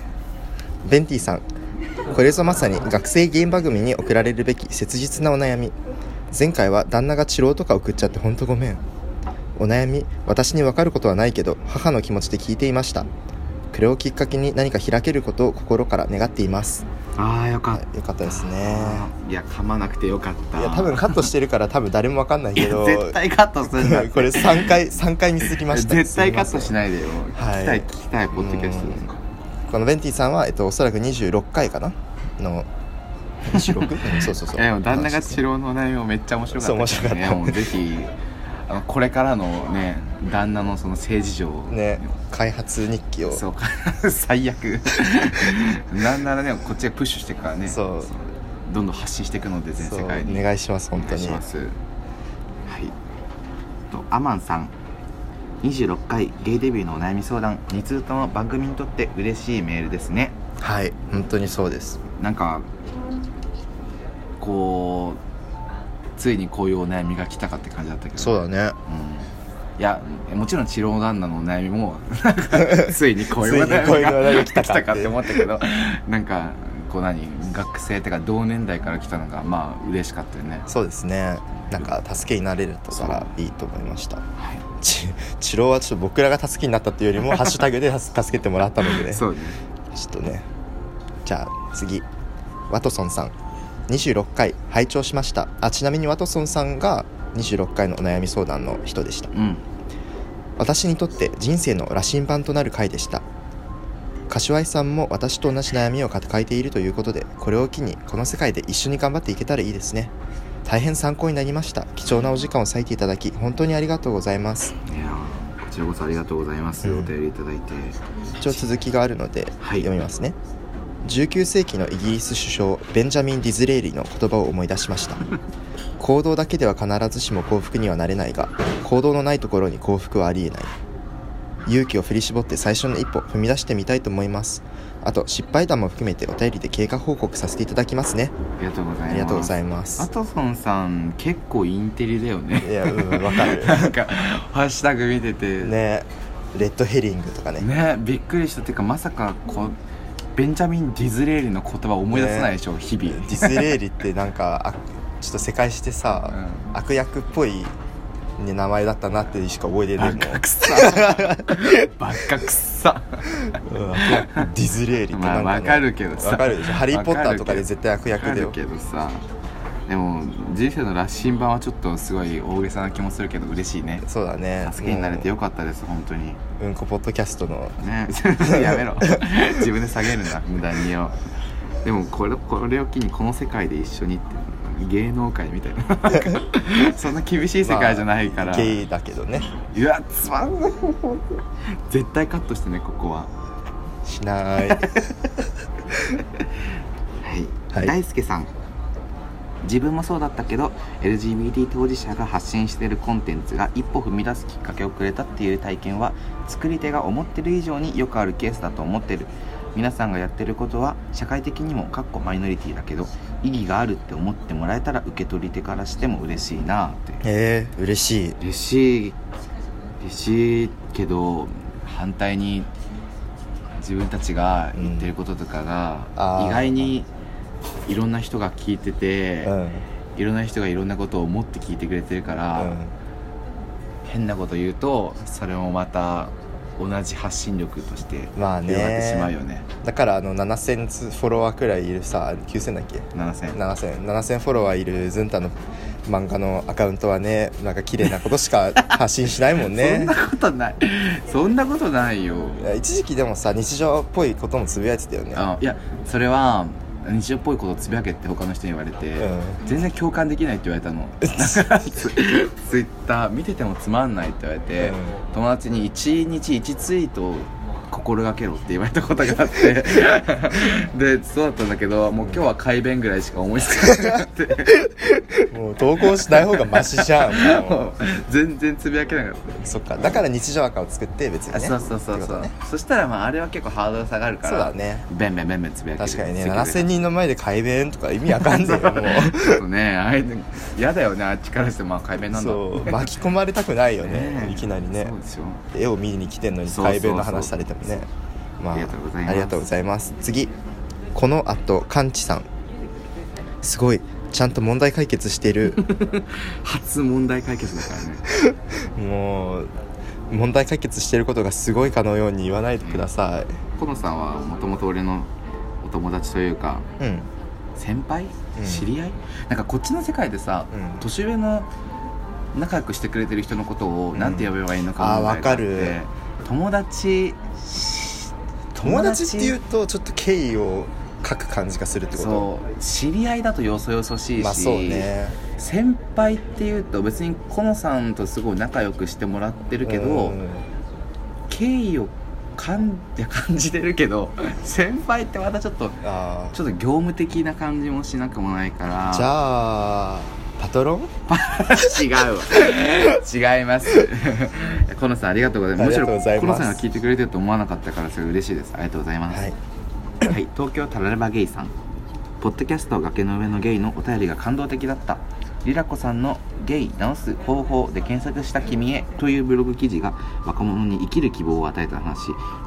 Speaker 2: ベンティさんこれぞまさに学生ゲーム番組に送られるべき切実なお悩み前回は旦那が治療とか送っちゃってほんとごめんお悩み私にわかることはないけど母の気持ちで聞いていましたこれをきっかけに何か開けることを心から願っています
Speaker 1: ああよかった
Speaker 2: よかったですね
Speaker 1: いや噛まなくてよかった
Speaker 2: いや多分カットしてるから多分誰もわかんないけど
Speaker 1: いや絶対カットするんだ
Speaker 2: これ3回3回見つきました
Speaker 1: 絶対カット
Speaker 2: す
Speaker 1: し
Speaker 2: いま
Speaker 1: ないでよ、
Speaker 2: はい
Speaker 1: 聞きたい聞きたいポッドキャストですか
Speaker 2: せんこのベンティさんは、えっと、おそらく26回かなの 26? うんそうそうそう
Speaker 1: いやでも旦那が治療の内容めっちゃ面白かったです
Speaker 2: そう面白かった
Speaker 1: いやもうぜひあのこれからのね旦那のその性事情を
Speaker 2: ね開発日記を
Speaker 1: そうか最悪なんならねこっちがプッシュしていくからね
Speaker 2: そう
Speaker 1: どんどん発信していくので全
Speaker 2: そう
Speaker 1: 世界に
Speaker 2: お願いします本当に
Speaker 1: お願いしますはいとアマンさん26回ゲイデビューのお悩み相談2通とも番組にとって嬉しいメールですね
Speaker 2: はい本当にそうです
Speaker 1: なんかこうついにこういうお悩みが来たかって感じだったけど
Speaker 2: そうだね
Speaker 1: うんいやもちろん治療旦那のお悩みも なんかついにこういう お
Speaker 2: ついにこういうお
Speaker 1: 悩
Speaker 2: 悩
Speaker 1: み
Speaker 2: み来
Speaker 1: が来
Speaker 2: た
Speaker 1: た
Speaker 2: か
Speaker 1: か
Speaker 2: って
Speaker 1: って思ったけどなんかこう何学生ってか同年代から来たのがまあ嬉しかったよね、
Speaker 2: そうですねなんか助けになれるとからいいと思いました
Speaker 1: は
Speaker 2: ち治療はちょっと僕らが助けになったっていうよりもハッシュタグで助助けてもらったのでね
Speaker 1: い、
Speaker 2: ちょ
Speaker 1: そうね
Speaker 2: っとねじゃあ次ワトソンさん26回拝聴しましたあちなみにワトソンさんが26回のお悩み相談の人でした
Speaker 1: うん
Speaker 2: 私にとって人生の羅針盤となる回でした柏井さんも私と同じ悩みを抱えているということでこれを機にこの世界で一緒に頑張っていけたらいいですね大変参考になりました貴重なお時間を割いていただき本当にありがとうございます
Speaker 1: いやーこちらこそありがとうございます、
Speaker 2: うん
Speaker 1: お便りいただいて
Speaker 2: 一応続きがあるので
Speaker 1: はい
Speaker 2: 読みますね、19世紀のイギリス首相ベンジャミン・ディズレーリの言葉を思い出しました行動だけでは必ずしも幸福にはなれないが行動のないところに幸福はありえない勇気を振り絞って最初の一歩踏み出してみたいと思いますあと失敗談も含めてお便りで経過報告させていただきますね
Speaker 1: ありがとうございます
Speaker 2: ありがとうござ
Speaker 1: い
Speaker 2: います
Speaker 1: ワトソンさん結構インテリだよね
Speaker 2: いやうんわか る
Speaker 1: なんかハッシュタグ見てて
Speaker 2: ねレッドヘリングとかね
Speaker 1: ねびっくりしたっていうかまさかこうベンジャミン・ディズレーリの言葉を思い出さないでしょ、日
Speaker 2: デ
Speaker 1: 々
Speaker 2: ィズレーリってなんかあちょっと世界史でさ、
Speaker 1: う
Speaker 2: 悪役っぽい、ね、名前だったなってしか覚えてな
Speaker 1: バ
Speaker 2: いもん
Speaker 1: カくさバカく さ
Speaker 2: うん悪役ディズレーリってなん
Speaker 1: まあ
Speaker 2: ね
Speaker 1: わかるけどさ
Speaker 2: わかるでしょ「ハリー・ポッター」とかで絶対悪
Speaker 1: わ
Speaker 2: 役
Speaker 1: か
Speaker 2: で
Speaker 1: る
Speaker 2: よ
Speaker 1: けどさでも人生の羅針盤はちょっとすごい大げさな気もするけど嬉しいね
Speaker 2: そうだね
Speaker 1: 助けになれてよかったです本当に
Speaker 2: もううんこポッドキャストの
Speaker 1: ね やめろ自分で下げるな無駄によでもこれこれを機にこの世界で一緒にって芸能界みたいななんかそんな厳しい世界じゃないから、
Speaker 2: ゲイだけどね
Speaker 1: うわつまんない絶対カットしてねここは
Speaker 2: しない
Speaker 1: はい、
Speaker 2: はい
Speaker 1: 大輔さん自分もそうだったけど LGBT 当事者が発信しているコンテンツが一歩踏み出すきっかけをくれたっていう体験は作り手が思ってる以上によくあるケースだと思ってる皆さんがやってることは社会的にもかっこマイノリティだけど意義があるって思ってもらえたら受け取り手からしても嬉しいなって
Speaker 2: えー、嬉しい
Speaker 1: 嬉しい嬉しいけど反対に自分たちが言ってることとかが、
Speaker 2: うんあー
Speaker 1: 意外にいろんな人が聞いてて、
Speaker 2: うん、うん、
Speaker 1: いろんな人がいろんなことを思って聞いてくれてるから、変なこと言うとそれもまた同じ発信力として広
Speaker 2: ま
Speaker 1: が
Speaker 2: あ
Speaker 1: っ
Speaker 2: ね
Speaker 1: てしまうよね,、
Speaker 2: だからあの7000つフォロワーくらいいるさ9000だっけ
Speaker 1: 7000
Speaker 2: 7000 7000フォロワーいるズンタの漫画のアカウントはねなんか綺麗なことし か発信しないもん
Speaker 1: そん
Speaker 2: ね
Speaker 1: なことないそんなことないよ
Speaker 2: いや一時期でもさ日常っぽいこともつぶやいてたよね
Speaker 1: あいやそれは日常っぽいことをつぶやけって他の人に言われて、
Speaker 2: うん
Speaker 1: 全然共感できないって言われ たのなんかツツイッター見ててもつまんないって言われ て、
Speaker 2: うん
Speaker 1: 友達に1日1ツイートを心がけろって言われたことがあって でそうだったんだけどもう今日は改弁ぐらいしか思いつかなくて
Speaker 2: もう投稿しない方がマシじゃん もう
Speaker 1: もう全然つぶやけなかっ
Speaker 2: そっかだから日常アカを作って別に
Speaker 1: た、
Speaker 2: ね
Speaker 1: そうそうそう
Speaker 2: ってこ
Speaker 1: そ
Speaker 2: と
Speaker 1: う、
Speaker 2: ね
Speaker 1: そしたらまああれは結構ハードル下がるから
Speaker 2: そうだね
Speaker 1: べんべんべんべんつぶやける
Speaker 2: 確かにね
Speaker 1: つぶやけ
Speaker 2: 7000
Speaker 1: る
Speaker 2: 人の前で改弁とか意味わかんねえよも う
Speaker 1: ちょっとね、あれ嫌だよね、あっちからして、まあ、改弁なんだ
Speaker 2: そう巻き込まれたくないよね
Speaker 1: ねえ
Speaker 2: いきなりね
Speaker 1: そうですよ。
Speaker 2: 絵を見に来てんのに
Speaker 1: そうそう
Speaker 2: 改
Speaker 1: そう
Speaker 2: 弁の話されてもねまあ
Speaker 1: ありがとうございます
Speaker 2: ありがとうございます次このあとカンチさんすごいちゃんと問題解決して る
Speaker 1: 初問題解決だからね
Speaker 2: もう問題解決してることがすごいかのように言わないでくださ
Speaker 1: コノさんはもともと俺のお友達というか
Speaker 2: いうん
Speaker 1: 先輩、
Speaker 2: うん
Speaker 1: 知り合いなんかこっちの世界でさ、
Speaker 2: うん
Speaker 1: 年上の仲良くしてくれてる人のことを
Speaker 2: ん
Speaker 1: なんて呼べばいいのか
Speaker 2: あー
Speaker 1: 問題がって
Speaker 2: わかる
Speaker 1: 友達
Speaker 2: 友達っていうとちょっと敬意を書く感じがするってこと
Speaker 1: そう知り合いだとよそよそしいし、
Speaker 2: まあそうね
Speaker 1: 先輩っていうと別にコノさんとすごい仲良くしてもらってるけど
Speaker 2: うん
Speaker 1: 敬意を感じ感じてるけど 先輩ってまたちょっと
Speaker 2: あー
Speaker 1: ちょっと業務的な感じもしなくもないから
Speaker 2: じゃあパトロン
Speaker 1: 違 うわ違います コノさんありがとうございますむしろ
Speaker 2: ありがとうございます
Speaker 1: コノさんが聞いてくれてると思わなかったからすごい嬉しいですありがとうございます、
Speaker 2: はい
Speaker 1: はい、東京タラレバゲイさんポッドキャスト崖の上のゲイのお便りが感動的だったリラコさんの「ゲイ直す方法」で検索した君へというブログ記事が若者に生きる希望を与えた話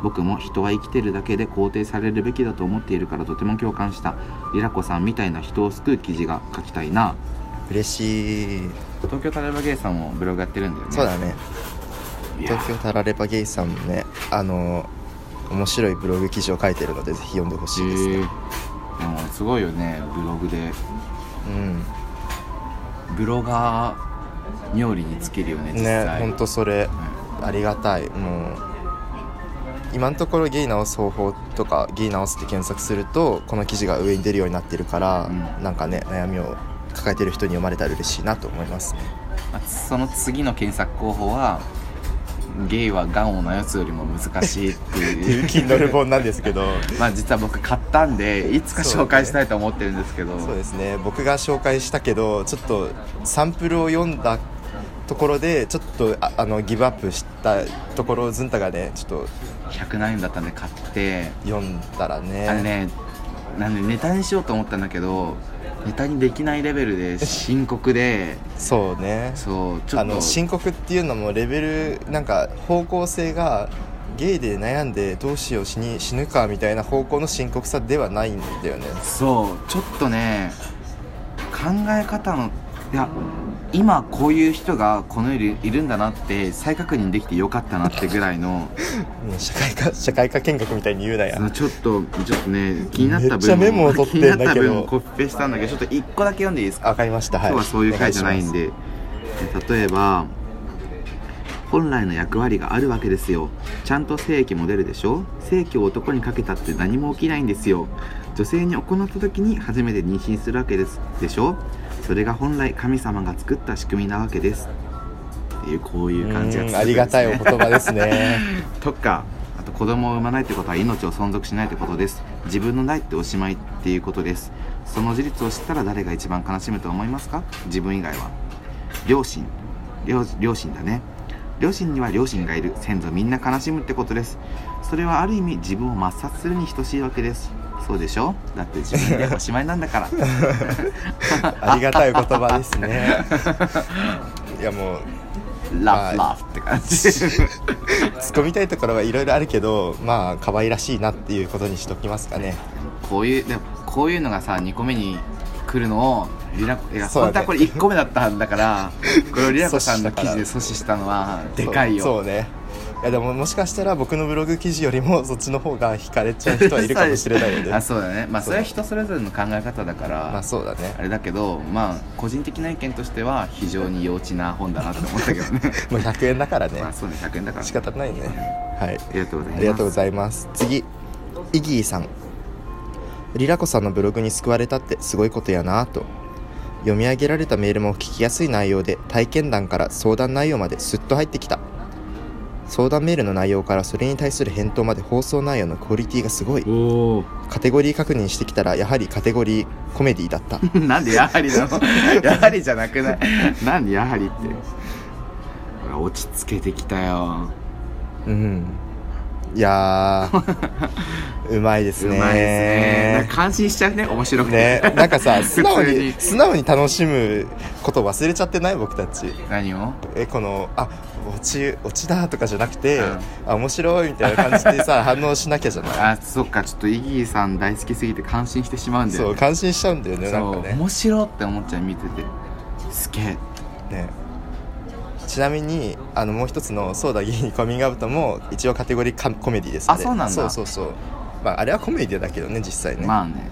Speaker 1: 僕も人は生きてるだけで肯定されるべきだと思っているからとても共感したリラコさんみたいな人を救う記事が書きたいな
Speaker 2: 嬉しい
Speaker 1: 東京タラレバゲイさんもブログやってるんだよね
Speaker 2: そうだね
Speaker 1: いや
Speaker 2: 東京タラレバゲイさんもねあの面白いブログ記事を書いてるのでぜひ読んでほしいです
Speaker 1: へ
Speaker 2: ね
Speaker 1: ーでもすごいよねブログでブロガー冥利につけるよね
Speaker 2: うん
Speaker 1: 実
Speaker 2: ね
Speaker 1: 際
Speaker 2: 本当それありがたいもう今のところゲイ直す方法とかゲイ直すって検索するとこの記事が上に出るようになってるから、
Speaker 1: う
Speaker 2: なんかね悩みを抱えてる人に読まれたら嬉しいなと思い ますね
Speaker 1: まあその次の検索候補はゲイはがんを治すよりも難しいって
Speaker 2: ってい
Speaker 1: いうう
Speaker 2: Kindle 本なんですけど
Speaker 1: まあ実は僕買ったんでいつか紹介したいと思ってるんですけど
Speaker 2: そうですね僕が紹介したけどちょっとサンプルを読んだところでちょっとああのギブアップしたところをズンタがねちょっと
Speaker 1: 100何円だったんで買って
Speaker 2: 読んだらね
Speaker 1: あのねなんでネタにしようと思ったんだけどネタにできないレベルで深刻で
Speaker 2: そうね
Speaker 1: そうちょ
Speaker 2: あ
Speaker 1: っと
Speaker 2: の深刻っていうのもレベルなんか方向性がゲイで悩んでどうしよう死に死ぬかみたいな方向の深刻さではないんだよね
Speaker 1: そうちょっとね考え方のいや今こういう人がこの世にいるんだなって再確認できてよかったなってぐらいの
Speaker 2: うん社会 科社会科見学みたいに言うなや
Speaker 1: あちょっとちょっとね気になった
Speaker 2: めっちゃ
Speaker 1: 分
Speaker 2: メモを取ってんだけど
Speaker 1: 気になった分をコピペしたんだけどちょっと1個だけ読んでいいですか、
Speaker 2: わかりましたはい
Speaker 1: 今日はそういう回じゃないん
Speaker 2: お願
Speaker 1: で例えば本来の役割があるわけですよちゃんと性器も出るでしょ性器を男にかけたって何も起きないんですよ女性に行った時に初めて妊娠するわけですでしょそれが本来神様が作った仕組みなわけですっていうこういう感じが
Speaker 2: いしますう
Speaker 1: 続くんです、
Speaker 2: ん
Speaker 1: ね、
Speaker 2: ありがたいお言葉ですね
Speaker 1: とかあと子供を産まないってことは命を存続しないってことです自分の代っておしまいっていうことですその事実を知ったら誰が一番悲しむと思いますか自分以外は両親両両親だね両親には両親がいる先祖みんな悲しむってことですそれはある意味自分を抹殺するに等しいわけですそうでしょだって自分でおしまいなんだから
Speaker 2: ありがたいお言葉です ねいやもう
Speaker 1: ラフラフって 感じ
Speaker 2: 突っ込みたいところはいろいろあるけどまあ可愛らしいなっていうことにしときますかね
Speaker 1: こういうでもこういうのがさ2個目に来るのをリラいや
Speaker 2: そうだね
Speaker 1: 本当はこれ1個目だったんだ からこれをリラコさんの記事で阻止したのはでかいよ
Speaker 2: そうそうねいやでももしかしたら僕のブログ記事よりもそっちの方が惹かれちゃう人はいるかもしれないよね
Speaker 1: あ そうだねまあそれは人それぞれの考え方だから、
Speaker 2: まあそうだね
Speaker 1: あれだけどまあ個人的な意見としては非常に幼稚な本だなって思ったけ どね
Speaker 2: もう100円だからね
Speaker 1: まあそうね100円だから
Speaker 2: 仕方ないねはい
Speaker 1: ありがとうございます
Speaker 2: ありがとうございます次イギーさんリラコさんのブログに救われたってすごいことやなぁと読み上げられたメールも聞きやすい内容で体験談から相談内容まですっと入ってきた相談メールの内容からそれに対する返答まで放送内容のクオリティがすごい
Speaker 1: おお
Speaker 2: カテゴリー確認してきたらやはりカテゴリーコメディだった
Speaker 1: なんでやはりなの やはりじゃなくないなんでやはりってほら落ち着けてきたよ
Speaker 2: うんいやーうまいです
Speaker 1: う
Speaker 2: ね
Speaker 1: まいですね感心しちゃうね面白く
Speaker 2: ね
Speaker 1: て、
Speaker 2: なんかさ素直
Speaker 1: 普通
Speaker 2: に
Speaker 1: に
Speaker 2: 素直に楽しむこと忘れちゃってない僕たち
Speaker 1: 何を
Speaker 2: えこのあ落ち落ちだとかじゃなくて、
Speaker 1: うん
Speaker 2: あ面白いみたいな感じで さ反応しなきゃじゃない
Speaker 1: あそっかちょっとイギーさん大好きすぎて感心してしまうんだ
Speaker 2: そ
Speaker 1: よ
Speaker 2: う
Speaker 1: ね
Speaker 2: 感心しちゃうんだよねなんか
Speaker 1: そう
Speaker 2: ね
Speaker 1: 面白って思っちゃう見ててすげえ
Speaker 2: ねちなみにあのもう一つの「そうだゲイにカミングアウト」も一応カテゴリーカコメディです
Speaker 1: あそうなんだ
Speaker 2: そうそうそうまああれはコメディだけどね実際ね
Speaker 1: まあね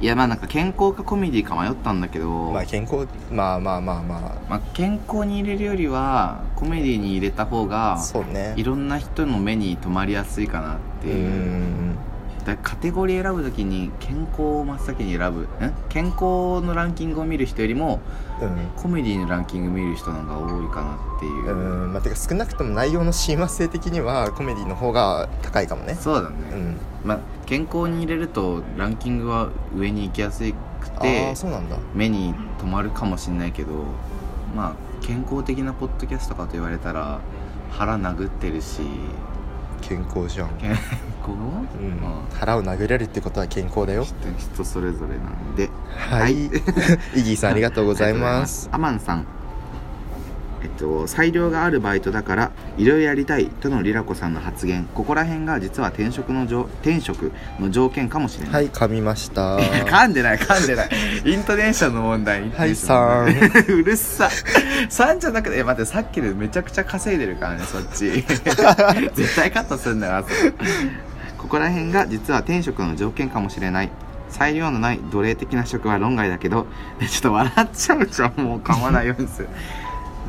Speaker 1: いやまあなんか健康かコメディか迷ったんだけど、
Speaker 2: ま
Speaker 1: ま
Speaker 2: あ
Speaker 1: あ
Speaker 2: 健康まあまあまあま
Speaker 1: 健康に入れるよりはコメディに入れた方が
Speaker 2: あそうね
Speaker 1: いろんな人の目に留まりやすいかなって
Speaker 2: うー
Speaker 1: いう、
Speaker 2: ん
Speaker 1: だからカテゴリー選ぶときに健康を真っ先に選ぶん健康のランキングを見る人よりも
Speaker 2: うん
Speaker 1: コメディのランキング見る人の方が多いかなってい
Speaker 2: う、
Speaker 1: う
Speaker 2: ーんまあてか少なくとも内容の親和性的にはコメディの方が高いかもね
Speaker 1: そうだね、
Speaker 2: うん
Speaker 1: まあ、健康に入れるとランキングは上に行きやすく
Speaker 2: あ
Speaker 1: て
Speaker 2: あそうなんだ
Speaker 1: 目に留まるかもしれないけどまあ健康的なポッドキャストかと言われたら腹殴ってるし
Speaker 2: 健康じゃん、
Speaker 1: 健康、
Speaker 2: う
Speaker 1: うん
Speaker 2: ん
Speaker 1: ま、
Speaker 2: 腹を殴れるってことは健康だよ
Speaker 1: あ、人それぞれなんで
Speaker 2: はい イギーさんありがとうございます
Speaker 1: ありがとうございますアマンさんえっと、裁量があるバイトだからいろいろやりたいとのりらこさんの発言ここら辺が実は転職のじょ転職の条件かもしれない
Speaker 2: はい噛みました
Speaker 1: いや 噛んでない噛んでないイントネーションの問題
Speaker 2: はいさん
Speaker 1: イントネーションの問題 うるささんじゃなくてえ待ってさっきでめちゃくちゃ稼いでるからねそっ ち絶対カットすんだよあそこここら辺が実は転職の条件かもしれない裁量のない奴隷的な職は論外だけどえちょっと笑っちゃうじゃんもう噛まないようにする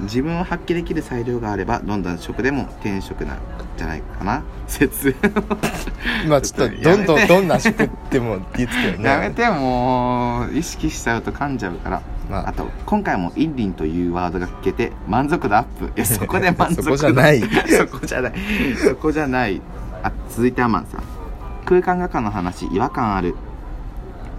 Speaker 1: 自分を発揮できる裁量があればどんな職でも転職なんじゃないかな説
Speaker 2: まあちょっとどんどんどんな食っても言ってたよね
Speaker 1: やめてもう意識しちゃうと噛んじゃうから
Speaker 2: ま
Speaker 1: あ
Speaker 2: あ
Speaker 1: と今回も「インリン」というワードが聞けて満足度アップい やそこで満足
Speaker 2: そこじゃない
Speaker 1: そこじゃないそこじゃないあ続いてアマンさん空間画家の話違和感ある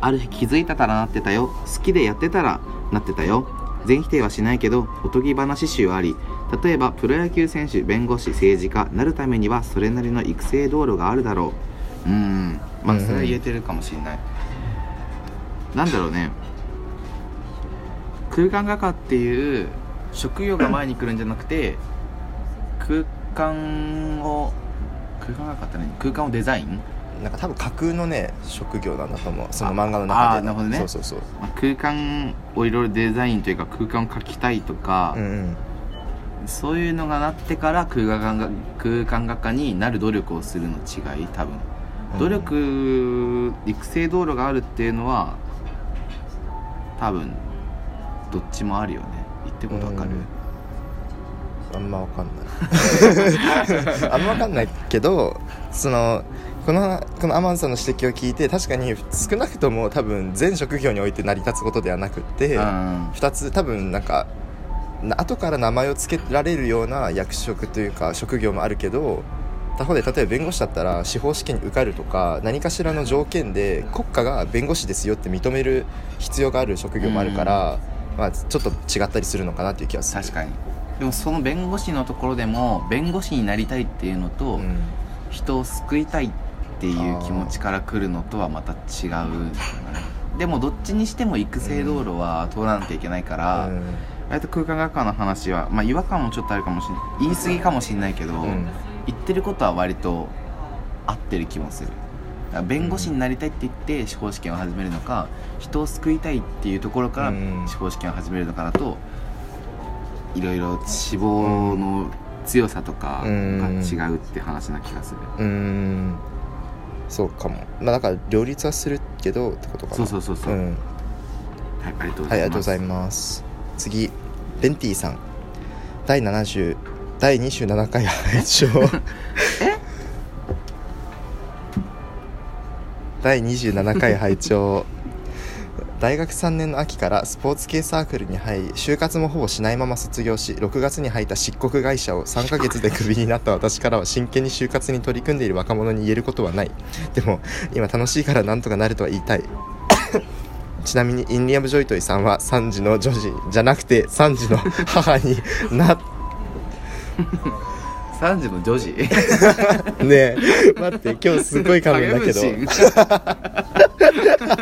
Speaker 1: ある日気づいたからなってたよ好きでやってたらなってたよ全否定はしないけどおとぎ話集あり例えばプロ野球選手弁護士政治家なるためにはそれなりの育成道路があるだろううーんまあそれは言えてるかもしれない、なんだろうね空間画家っていう職業が前に来るんじゃなくて空間を空間画家って何空間をデザイン
Speaker 2: なんか多分架空のね職業なんだと思うその漫画の中で
Speaker 1: ああーなるほどね
Speaker 2: そうそうそう
Speaker 1: まあ空間をいろいろデザインというか空間を描きたいとか
Speaker 2: う、ん
Speaker 1: そういうのがなってから空間が空間画家になる努力をするの違い多分
Speaker 2: うん
Speaker 1: 努力、育成道路があるっていうのは多分どっちもあるよね言ってることわかる、
Speaker 2: うんあんまわかんない あんまわかんないけどそのこのこのアマンさんの指摘を聞いて確かに少なくとも多分全職業において成り立つことではなくって、
Speaker 1: うん
Speaker 2: 2つ多分なんかな後から名前を付けられるような役職というか職業もあるけど他方で例えば弁護士だったら司法試験に受かるとか何かしらの条件で国家が弁護士ですよって認める必要がある職業もあるから、まあ、ちょっと違ったりするのかなっていう気がする
Speaker 1: 確かにでもその弁護士のところでも弁護士になりたいっていうのと、
Speaker 2: うん
Speaker 1: 人を救いたいっていう気持ちから来るのとはまた違うのねでもどっちにしても育成道路は通らなきゃいけないから、
Speaker 2: うん
Speaker 1: 割と空間学科の話は、まあ、違和感もちょっとあるかもしれない言い過ぎかもしれないけど、
Speaker 2: うん
Speaker 1: 言ってることは割と合ってる気もするだから弁護士になりたいって言って司法試験を始めるのか人を救いたいっていうところから
Speaker 2: うん
Speaker 1: 司法試験を始めるのかだといろいろ志望の強さとかが違うって話な気がする、
Speaker 2: うーんそうかもまあだから両立はするけどってことかな
Speaker 1: そうそうそうそう、
Speaker 2: ん、はい
Speaker 1: はいありがとうご
Speaker 2: あ
Speaker 1: ざ
Speaker 2: り
Speaker 1: い
Speaker 2: が
Speaker 1: ます
Speaker 2: とうございます次ベンティさん第70第27回配聴
Speaker 1: え
Speaker 2: 第27回拝聴大学3年の秋からスポーツ系サークルに入り就活もほぼしないまま卒業し6月に入った漆黒会社を3ヶ月でクビになった私からは真剣に就活に取り組んでいる若者に言えることはないでも今楽しいからなんとかなるとは言いたいちなみにインリアム・ジョイトイさんは3児の女児じゃなくて3児の母にな
Speaker 1: す3時の女児
Speaker 2: ねえ待って今日すごい噛むんだけど
Speaker 1: 影分身な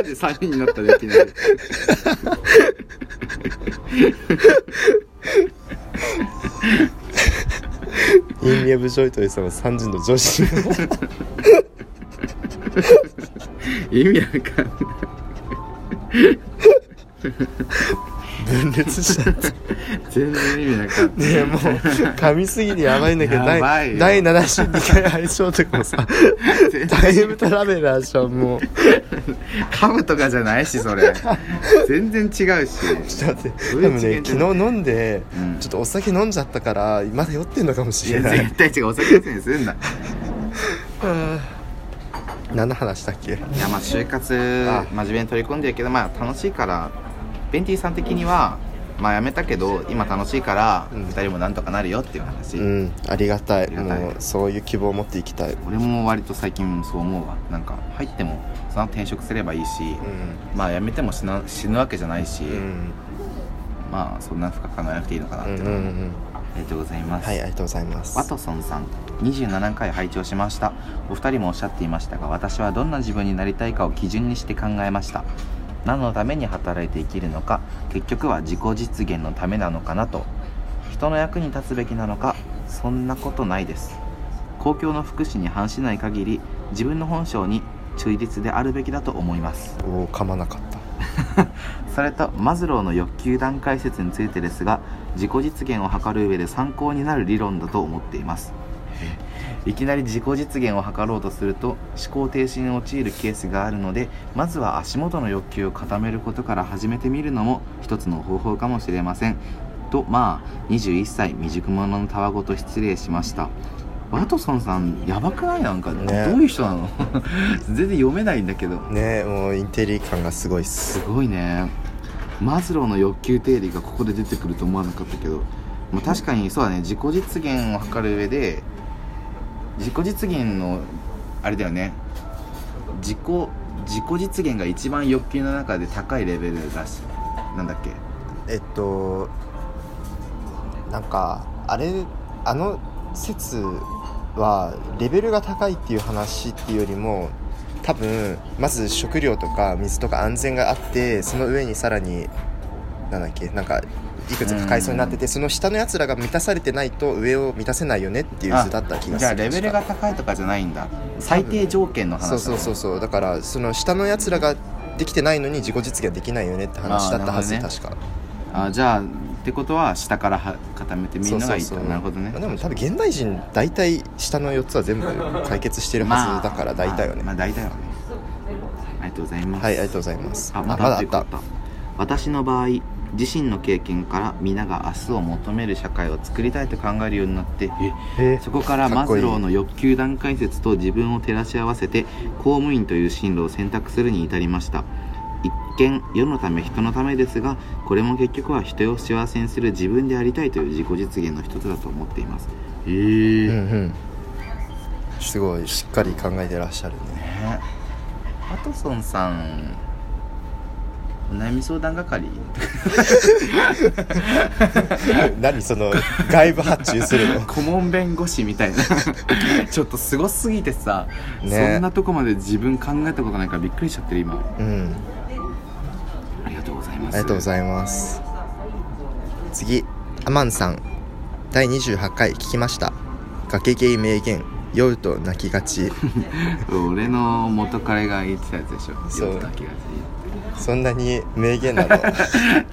Speaker 1: んで3人になったらいきなり
Speaker 2: インディアブ・ジョイトリさんは3時の女子
Speaker 1: 意味わかんない
Speaker 2: 分裂しちゃった
Speaker 1: 全然意味わかんない
Speaker 2: ねえもう噛みすぎてやばいんだけど
Speaker 1: やばい
Speaker 2: 第
Speaker 1: よ
Speaker 2: 第72回配信とかも さ
Speaker 1: 全然
Speaker 2: タイムトラベラーじゃんもう
Speaker 1: 噛むとかじゃないしそれ全然違うし
Speaker 2: ちょっと待って
Speaker 1: そう
Speaker 2: で
Speaker 1: いう
Speaker 2: も
Speaker 1: 次
Speaker 2: ね
Speaker 1: 元じゃない
Speaker 2: 昨日飲んで、
Speaker 1: うん
Speaker 2: ちょっとお酒飲んじゃったからまだ酔ってんのかも
Speaker 1: い
Speaker 2: しれ
Speaker 1: や
Speaker 2: ない
Speaker 1: 絶対違うお酒のせいにするんだ
Speaker 2: 何の話だっけ
Speaker 1: いやまあ就活
Speaker 2: あ
Speaker 1: 真面目に取り組んでるけどまあ楽しいからベンティさん的にはまあ辞めたけど今楽しいから
Speaker 2: うん
Speaker 1: 2人もなんとかなるよっていう話、
Speaker 2: うんありがたい
Speaker 1: りがたい
Speaker 2: もうそういう希望を持っていきたい、
Speaker 1: 俺も割と最近そう思うわなんか入ってもその後転職すればいいし、
Speaker 2: う
Speaker 1: まあ辞めても死な死ぬわけじゃないし、
Speaker 2: んうん
Speaker 1: まあそんな深く考えなくていいのかなっ
Speaker 2: う
Speaker 1: て
Speaker 2: ん
Speaker 1: いう
Speaker 2: う
Speaker 1: の
Speaker 2: ん
Speaker 1: は、
Speaker 2: うん
Speaker 1: ありがとうございます、
Speaker 2: はいありがとうございます
Speaker 1: ワトソンさん27回拝聴しましたお二人もおっしゃっていましたが私はどんな自分になりたいかを基準にして考えました何のために働いて生きるのか結局は自己実現のためなのかなと人の役に立つべきなのかそんなことないです公共の福祉に反しない限り自分の本性に中立であるべきだと思います
Speaker 2: おお噛まなかった
Speaker 1: それとマズローの欲求段階説についてですが自己実現を図る上で参考になる理論だと思っていますいきなり自己実現を図ろうとすると思考停止に陥るケースがあるのでまずは足元の欲求を固めることから始めてみるのも一つの方法かもしれませんとまあ21歳未熟者のたわごと失礼しましたワトソンさんやばくないなんか、
Speaker 2: ね
Speaker 1: どういう人なの 全然読めないんだけど
Speaker 2: ねえもうインテリ感がすごいっす
Speaker 1: すごいねマズローの欲求定理がここで出てくると思わなかったけど、まあ、確かにそうだね自己実現を図る上で自己実現のあれだよね自己自己実現が一番欲求の中で高いレベルだしなんだっけ
Speaker 2: えっとなんかあれあの説はレベルが高いっていう話っていうよりも多分まず食料とか水とか安全があってその上にさらになんだっけなんかいくつか階層になっててその下のやつらが満たされてないと上を満たせないよねっていう図だった気がする
Speaker 1: じゃあレベルが高いとかじゃないんだ最低条件の話
Speaker 2: そうそうそううそうだからその下のやつらができてないのに自己実現できないよねって話だったはず、
Speaker 1: あーなるほどね
Speaker 2: 確か
Speaker 1: あじゃあってことは下からは固めてみるのがいいと
Speaker 2: そうそうそう
Speaker 1: なるほどね
Speaker 2: まあでも多分現代人大体下の4つは全部解決してるはずだから大体はね、
Speaker 1: まあ、まあ大体はねありがとうございます
Speaker 2: はいありがとうございます
Speaker 1: あ
Speaker 2: あま
Speaker 1: まだ
Speaker 2: だ
Speaker 1: あ
Speaker 2: あ
Speaker 1: っ
Speaker 2: ったた
Speaker 1: 私の場合自身の経験から皆が明日を求める社会を作りたいと考えるようになって
Speaker 2: え
Speaker 1: そこから
Speaker 2: か
Speaker 1: マ
Speaker 2: っこい
Speaker 1: ズ
Speaker 2: い
Speaker 1: ローの欲求段階説と自分を照らし合わせて公務員という進路を選択するに至りました一見世のため人のためですがこれも結局は人を幸せにする自分でありたいという自己実現の一つだと思っていますへえ
Speaker 2: うんうんすごいしっかり考えてらっしゃるね
Speaker 1: ねパトソンさんお悩み相談係
Speaker 2: 何その外部発注す るの
Speaker 1: 顧問弁護士みたいな ちょっとすごすぎてさ、
Speaker 2: ね
Speaker 1: そんなとこまで自分考えたことないからびっくりしちゃってる今
Speaker 2: うん
Speaker 1: ありがとうござい
Speaker 2: あ
Speaker 1: ます
Speaker 2: りがとうございます次アマンさん第28回聞きました崖ゲイ名言酔うと泣きがち
Speaker 1: 俺の元彼が言ってたやつでしょ
Speaker 2: そう
Speaker 1: 酔った気がす
Speaker 2: そんなに名言なの
Speaker 1: る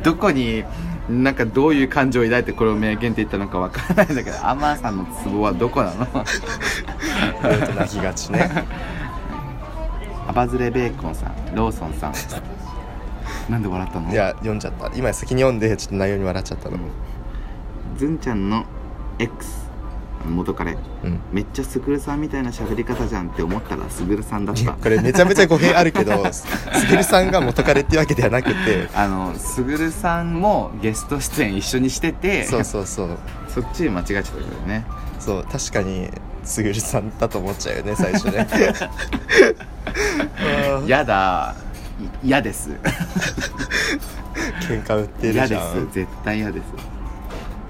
Speaker 1: どこになんかどういう感情を抱いてこれを名言って言ったのかわからないんだけどアマーさんのツボはどこなの
Speaker 2: 酔うと泣きがちね
Speaker 1: アバズレベーコンさんローソンさんなんで笑ったの
Speaker 2: いや読んじゃった今先に読んでちょっと内容に笑っちゃったの
Speaker 1: ずんちゃんの X 元彼
Speaker 2: うん
Speaker 1: めっちゃすぐるさんみたいな喋り方じゃんって思ったらすぐるさんだった
Speaker 2: これめちゃめちゃ語弊あるけどすぐるさんが元彼ってわけではなくて
Speaker 1: あのすぐるさんもゲスト出演一緒にしてて
Speaker 2: そうそうそう
Speaker 1: そっち間違っちゃったけどね
Speaker 2: そう確かにすぐるさんだと思っちゃうよね最初ね あー
Speaker 1: やだい嫌です
Speaker 2: 喧嘩売って
Speaker 1: 嫌
Speaker 2: る
Speaker 1: で
Speaker 2: じ
Speaker 1: す
Speaker 2: ゃん
Speaker 1: 絶対嫌です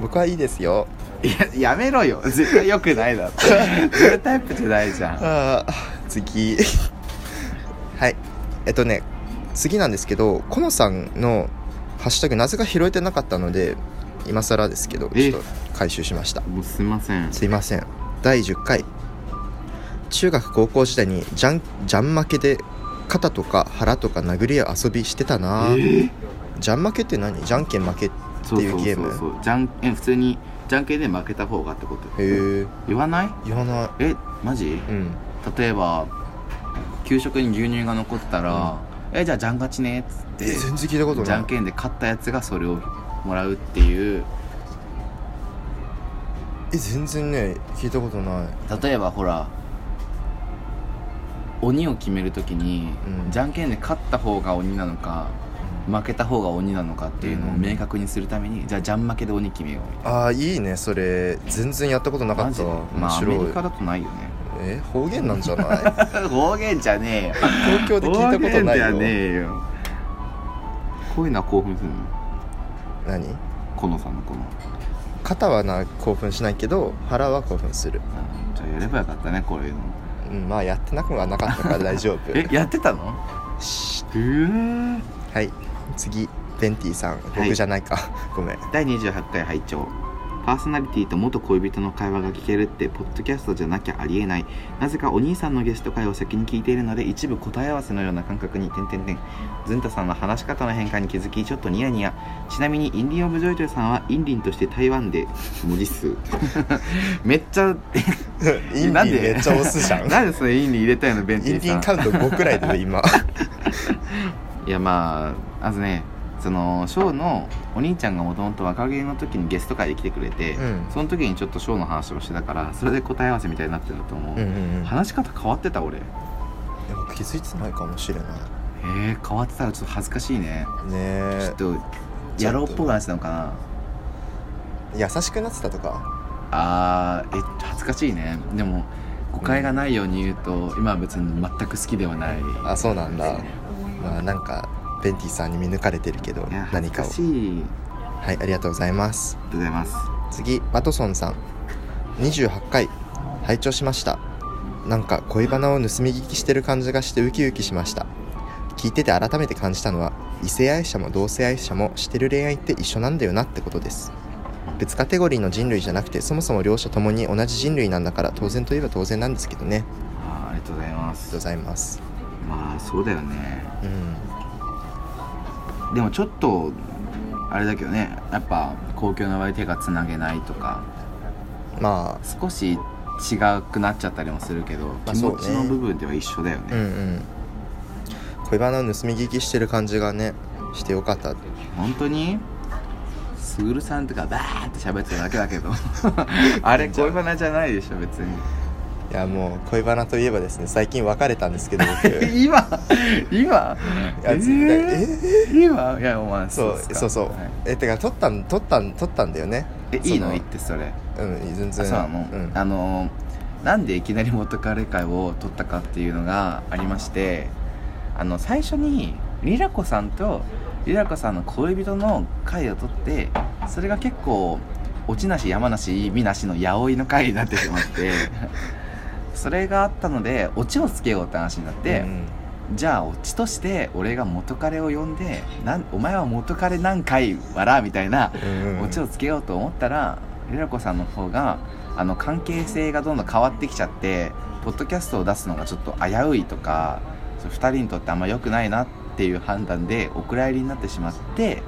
Speaker 2: 僕はいいですよ
Speaker 1: いややめろよ絶対良くないだろそういうタイプじゃないじゃん
Speaker 2: あー次 はいえっとね次なんですけどこのさんのハッシュタグ謎が拾えてなかったので今更ですけどち
Speaker 1: え
Speaker 2: ょっと回収しました
Speaker 1: もうすいません
Speaker 2: すいません第10回中学高校時代にジャンジャン負けで肩とか腹とか殴り合う遊びしてたなジャン負けって何じゃんけん負けって
Speaker 1: そう
Speaker 2: いう
Speaker 1: そう
Speaker 2: ゲー
Speaker 1: そうそ
Speaker 2: ム
Speaker 1: うじゃんえ普通にじゃんけんで負けた方がってこと
Speaker 2: へえ
Speaker 1: 言わない
Speaker 2: 言わな
Speaker 1: えマジ
Speaker 2: いうん
Speaker 1: 例えば給食に牛乳が残ってたら「えじゃあじゃん勝ちね」っつって
Speaker 2: 全然聞いたことない
Speaker 1: じゃんけんで勝ったやつがそれをもらうっていう
Speaker 2: え全然ね聞いたことない
Speaker 1: 例えばほら鬼を決めるときに、
Speaker 2: うん
Speaker 1: じゃんけんで勝った方が鬼なのか負けた方が鬼なのかっていうのを明確にするために、じゃあじゃん負けで鬼決めようみたい
Speaker 2: ああいいねそれ全然やったことな
Speaker 1: な
Speaker 2: か
Speaker 1: マ
Speaker 2: っ
Speaker 1: ジ
Speaker 2: た
Speaker 1: で
Speaker 2: わ
Speaker 1: ま
Speaker 2: 面
Speaker 1: あア
Speaker 2: 白
Speaker 1: メ
Speaker 2: い、
Speaker 1: リカだとないよね
Speaker 2: え方言なんじゃない
Speaker 1: 方言じゃねえよ
Speaker 2: 東京で聞いたことない
Speaker 1: 方言じゃ
Speaker 2: よ
Speaker 1: ねえよこういうのは興奮するの
Speaker 2: 何
Speaker 1: このさんのこの
Speaker 2: 肩はな興奮しないけど腹は興奮する、
Speaker 1: あじゃあやればよかったねこういうの
Speaker 2: うん、まあやってなくはなかったから大丈夫
Speaker 1: えやってたの
Speaker 2: し
Speaker 1: うー
Speaker 2: はい次ベンティさん僕じゃないか、 ごめん
Speaker 1: 第28回拝聴パーソナリティと元恋人の会話が聞けるってポッドキャストじゃなきゃありえないなぜかお兄さんのゲスト会を先に聞いているので一部答え合わせのような感覚に点々点ずんたさんの話し方の変化に気づきちょっとニヤニヤちなみにインディン・オブ・ジョイトイさんはインリンとして台湾で文 字数めっちゃ
Speaker 2: インディ
Speaker 1: なん
Speaker 2: ン
Speaker 1: で
Speaker 2: めっちゃ押すじゃん
Speaker 1: なんでそれインリン入れたいのベン
Speaker 2: イ
Speaker 1: テ
Speaker 2: ンディン
Speaker 1: ィ
Speaker 2: カ
Speaker 1: さ
Speaker 2: ウント5くらいだよ 今
Speaker 1: んいやまあまずねそのショーのお兄ちゃんがもともと若気の時にゲスト会で来てくれて、
Speaker 2: うん
Speaker 1: その時にちょっとショーの話をしてたからそれで答え合わせみたいになってると思う、
Speaker 2: うんうんうん
Speaker 1: 話し方変わってた俺え
Speaker 2: でも気づいてないかもしれない
Speaker 1: ー、変わってたらちょっと恥ずかしいね
Speaker 2: ね
Speaker 1: ち
Speaker 2: え
Speaker 1: ょっと野郎っぽくなってたのかな
Speaker 2: 優しくなってたとか
Speaker 1: あーえ恥ずかしいねでも誤解がないように言うと、今は別に全く好きではない
Speaker 2: あそうなん
Speaker 1: です
Speaker 2: だ
Speaker 1: ね
Speaker 2: まあなんかベンティさんに見抜かれてるけど
Speaker 1: いや恥
Speaker 2: 何
Speaker 1: ず
Speaker 2: か
Speaker 1: か
Speaker 2: を
Speaker 1: しい
Speaker 2: はいありがとうございます
Speaker 1: ありがとうございます
Speaker 2: 次バトソンさん28回拝聴しましたなんか恋バナを盗み聞きしてる感じがしてウキウキしました聞いてて改めて感じたのは異性愛者も同性愛者もしてる恋愛って一緒なんだよなってことです別カテゴリーの人類じゃなくてそもそも両者ともに同じ人類なんだから当然といえば当然なんですけどねあ
Speaker 1: あーありがとうございま
Speaker 2: りがとうご
Speaker 1: す
Speaker 2: ざいます
Speaker 1: まあそうだよね
Speaker 2: うん
Speaker 1: でもちょっとあれだけどねやっぱ公共の場で手がつなげないとか
Speaker 2: ま
Speaker 1: 少し違くなっちゃったりもするけど、
Speaker 2: まあ
Speaker 1: 気
Speaker 2: そう
Speaker 1: 持
Speaker 2: ね
Speaker 1: ちの部分では一緒だよ
Speaker 2: あうん
Speaker 1: ね、
Speaker 2: うん恋バナを盗み聞きしてる感じがねしてよかった
Speaker 1: 本当にスグルさんとかバーって喋ってるだけだ けどあれ恋バナじゃないでしょ別に
Speaker 2: いやもう恋バナといえばですね最近別れたんですけど僕 い
Speaker 1: 今今
Speaker 2: や絶対え
Speaker 1: 今いやお前
Speaker 2: そう
Speaker 1: っすか
Speaker 2: そうそう、
Speaker 1: はい
Speaker 2: えてか撮ったん撮ったん撮ったんだよね
Speaker 1: え
Speaker 2: そ
Speaker 1: いいの言ってそれ
Speaker 2: うん全
Speaker 1: あ
Speaker 2: 然
Speaker 1: そうなの、
Speaker 2: うん、
Speaker 1: あのなんでいきなり元カレ会を取ったかっていうのがありましてあの最初にリラコさんとリラコさんの恋人の会を取ってそれが結構落ちなし山なしみなしの八百いの会になってしまって それがあったのでオチをつけようって話になって、
Speaker 2: うん
Speaker 1: じゃあオチとして俺が元カレを呼んでなんお前は元カレ何回笑みたいな
Speaker 2: うん
Speaker 1: オチをつけようと思ったらりらこさんの方があの関係性がどんどん変わってきちゃってポッドキャストを出すのがちょっと危ういとか2人にとってあんま良くないなっていう判断でお蔵入りになってしまって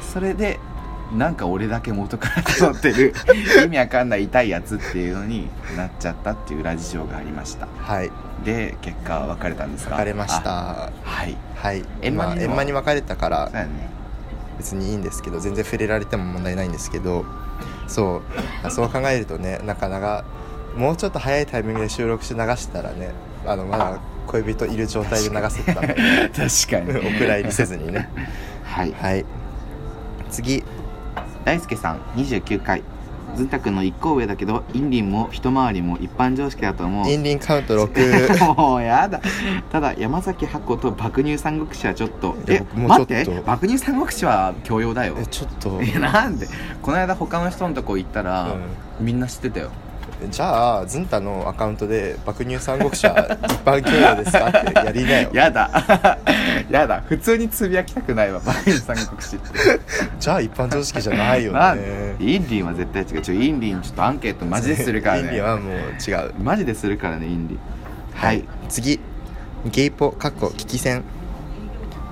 Speaker 1: それでなんか俺だけ元から取ってる 意味わかんない痛いやつっていうのになっちゃったっていう裏事情がありました
Speaker 2: はい
Speaker 1: で結果別れたんですか
Speaker 2: 別れまし
Speaker 1: あ
Speaker 2: た
Speaker 1: はい
Speaker 2: はい
Speaker 1: 円満にも
Speaker 2: まあ円満に別れたか
Speaker 1: そう
Speaker 2: ら
Speaker 1: やね
Speaker 2: 別にいいんですけど全然触れられても問題ないんですけどそうあそう考えるとねなかなかもうちょっと早いタイミングで収録して流してたらねあのまだ恋人いる状態で流せてたので
Speaker 1: 確か
Speaker 2: お
Speaker 1: に
Speaker 2: 蔵入りせずにね
Speaker 1: はい
Speaker 2: はい次
Speaker 1: 大輔さん29回ずんたくんの一個上だけどインリンも一回りも一般常識だと思う
Speaker 2: インリンカウント6
Speaker 1: もうやだただ山崎八子と爆乳三国志はちょっと
Speaker 2: いや
Speaker 1: え
Speaker 2: 僕もうちょ
Speaker 1: 待
Speaker 2: っ
Speaker 1: っ
Speaker 2: と
Speaker 1: て爆乳三国志は教養だよ
Speaker 2: えちょっと、
Speaker 1: えなんでこの間他の人のとこ行ったら、みんな知ってたよ
Speaker 2: うん、じゃあズンタのアカウントで「爆乳三国者一般教養ですか?」ってやりなよ
Speaker 1: やだ やだ普通につぶやきたくないわ爆乳三国志って
Speaker 2: じゃあ一般常識じゃないよ
Speaker 1: なん
Speaker 2: ね
Speaker 1: インリンは絶対違うちょインリンちょっとアンケートマジでするから
Speaker 2: インリン
Speaker 1: ね
Speaker 2: はもう違う
Speaker 1: マジでするからねインリン
Speaker 2: はい次ゲイポかっこ聞き戦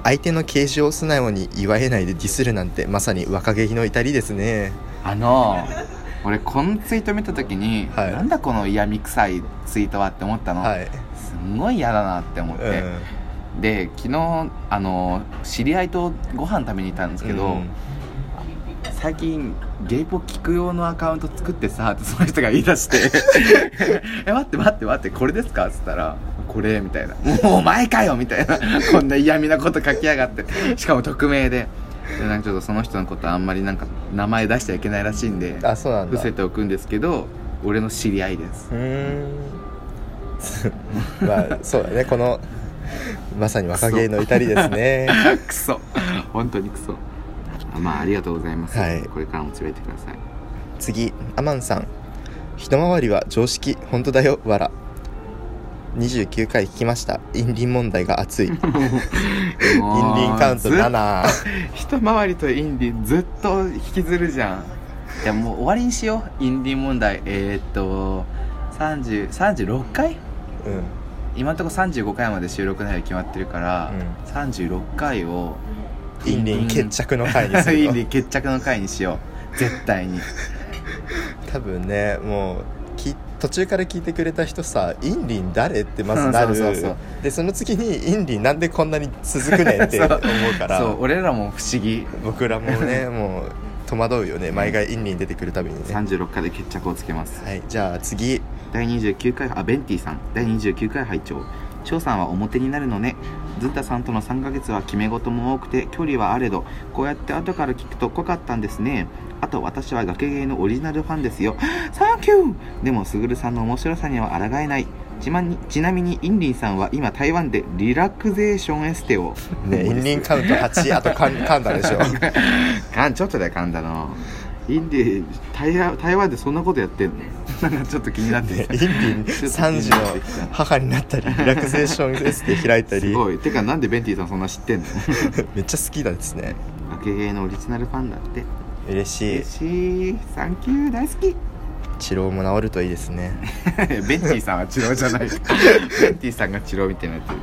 Speaker 2: 相手の形状を素直に祝えないでディスるなんてまさに若気の至りですね
Speaker 1: あの俺このツイート見た時に、
Speaker 2: はい
Speaker 1: なんだこの嫌み臭いツイートはって思ったの、
Speaker 2: はい、
Speaker 1: すんごい嫌だなって思っ
Speaker 2: う
Speaker 1: て、
Speaker 2: ん、
Speaker 1: で昨日あの知り合いとご飯食べに行ったんですけど、
Speaker 2: うん
Speaker 1: 最近ゲイポ聞く用のアカウント作ってさってその人が言い出して 「え待って待って待ってこれですか?」っつったら「これ」みたいな「もうお前かよ」みたい なこんな嫌味なこと書きやがってしかも匿名ででなんかちょっとその人のことあんまりなんか名前出しちゃいけないらしいんで
Speaker 2: あそうなん
Speaker 1: 伏
Speaker 2: だ
Speaker 1: せておくんですけど俺の知り合いです
Speaker 2: うーんまあそうだねこのまさに若気の至りですね
Speaker 1: クソ本当にクソまあありがとうございます、
Speaker 2: はい
Speaker 1: これからも連れてください
Speaker 2: 次アマンさん一回りは常識本当だよわら29回聞きましたインリン問題が熱いインリン
Speaker 1: もう
Speaker 2: カウント
Speaker 1: ずっと
Speaker 2: 7
Speaker 1: 一回りとインディずっと引きずるじゃんいやもう終わりにしようインディ問題えー、っと30 36回
Speaker 2: うんうん
Speaker 1: 今んとこ35回まで収録内容決まってるから、36回を
Speaker 2: インリン決着の回にする
Speaker 1: イン
Speaker 2: よ
Speaker 1: ディ決着の回にしよう絶対に
Speaker 2: 多分ねもうき途中から聞いてくれた人さ「インリン誰?」ってまずなる
Speaker 1: そうそうそう
Speaker 2: でその次に「インリンなんでこんなに続くねん」っ て思うから
Speaker 1: そう俺らも不思議
Speaker 2: 僕らも ねもう戸惑うよね毎回インリン出てくるたびにね
Speaker 1: 36回で決着をつけます
Speaker 2: はいじゃあ次
Speaker 1: 第29回あベンティさん第29回拝聴翔さんは表になるのねズンタさんとの3ヶ月は決め事も多くて距離はあれどこうやって後から聞くと濃かったんですねあと私は崖芸のオリジナルファンですよ サンキューでもすぐるさんの面白さには抗えないちまにちなみにインリンさんは今台湾でリラクゼーションエステを
Speaker 2: ねインリンカウント8あとかん噛んだでしょ
Speaker 1: かんちょっとだよ噛んだのインリン台湾台湾でそんなことやってんの なんかちょっと気になってきた
Speaker 2: インリン3時の母になったり リラクゼーションエステ開いた
Speaker 1: す
Speaker 2: り
Speaker 1: ごいてかなんでベンティさんそんな 知ってんの
Speaker 2: めっちゃ好きなんですね
Speaker 1: 崖芸のオリジナルファンだって
Speaker 2: 嬉しい
Speaker 1: 嬉しいサンキュー大好 き
Speaker 2: 治療も治るといいですね
Speaker 1: ベンティさんはチロじ ゃないベンティさんがチロみたいになってる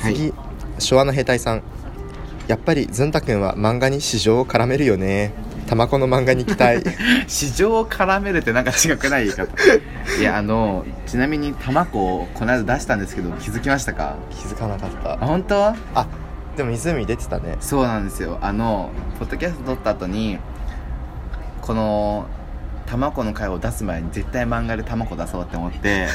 Speaker 1: はい
Speaker 2: 次昭和の兵隊さんやっぱりずんたくんは漫画に市場を絡めるよねタマコの漫画に期 待
Speaker 1: 市場を絡めるってなんか違くない言い方いやあのちなみに卵をこの間出したんですけど気づきましたか
Speaker 2: 気づかなかっ
Speaker 1: あ
Speaker 2: た
Speaker 1: 本当
Speaker 2: あでも湖出てたね
Speaker 1: そうなんですよあのポッドキャスト撮った後にこの卵の回を出す前に絶対漫画で卵出そうって思って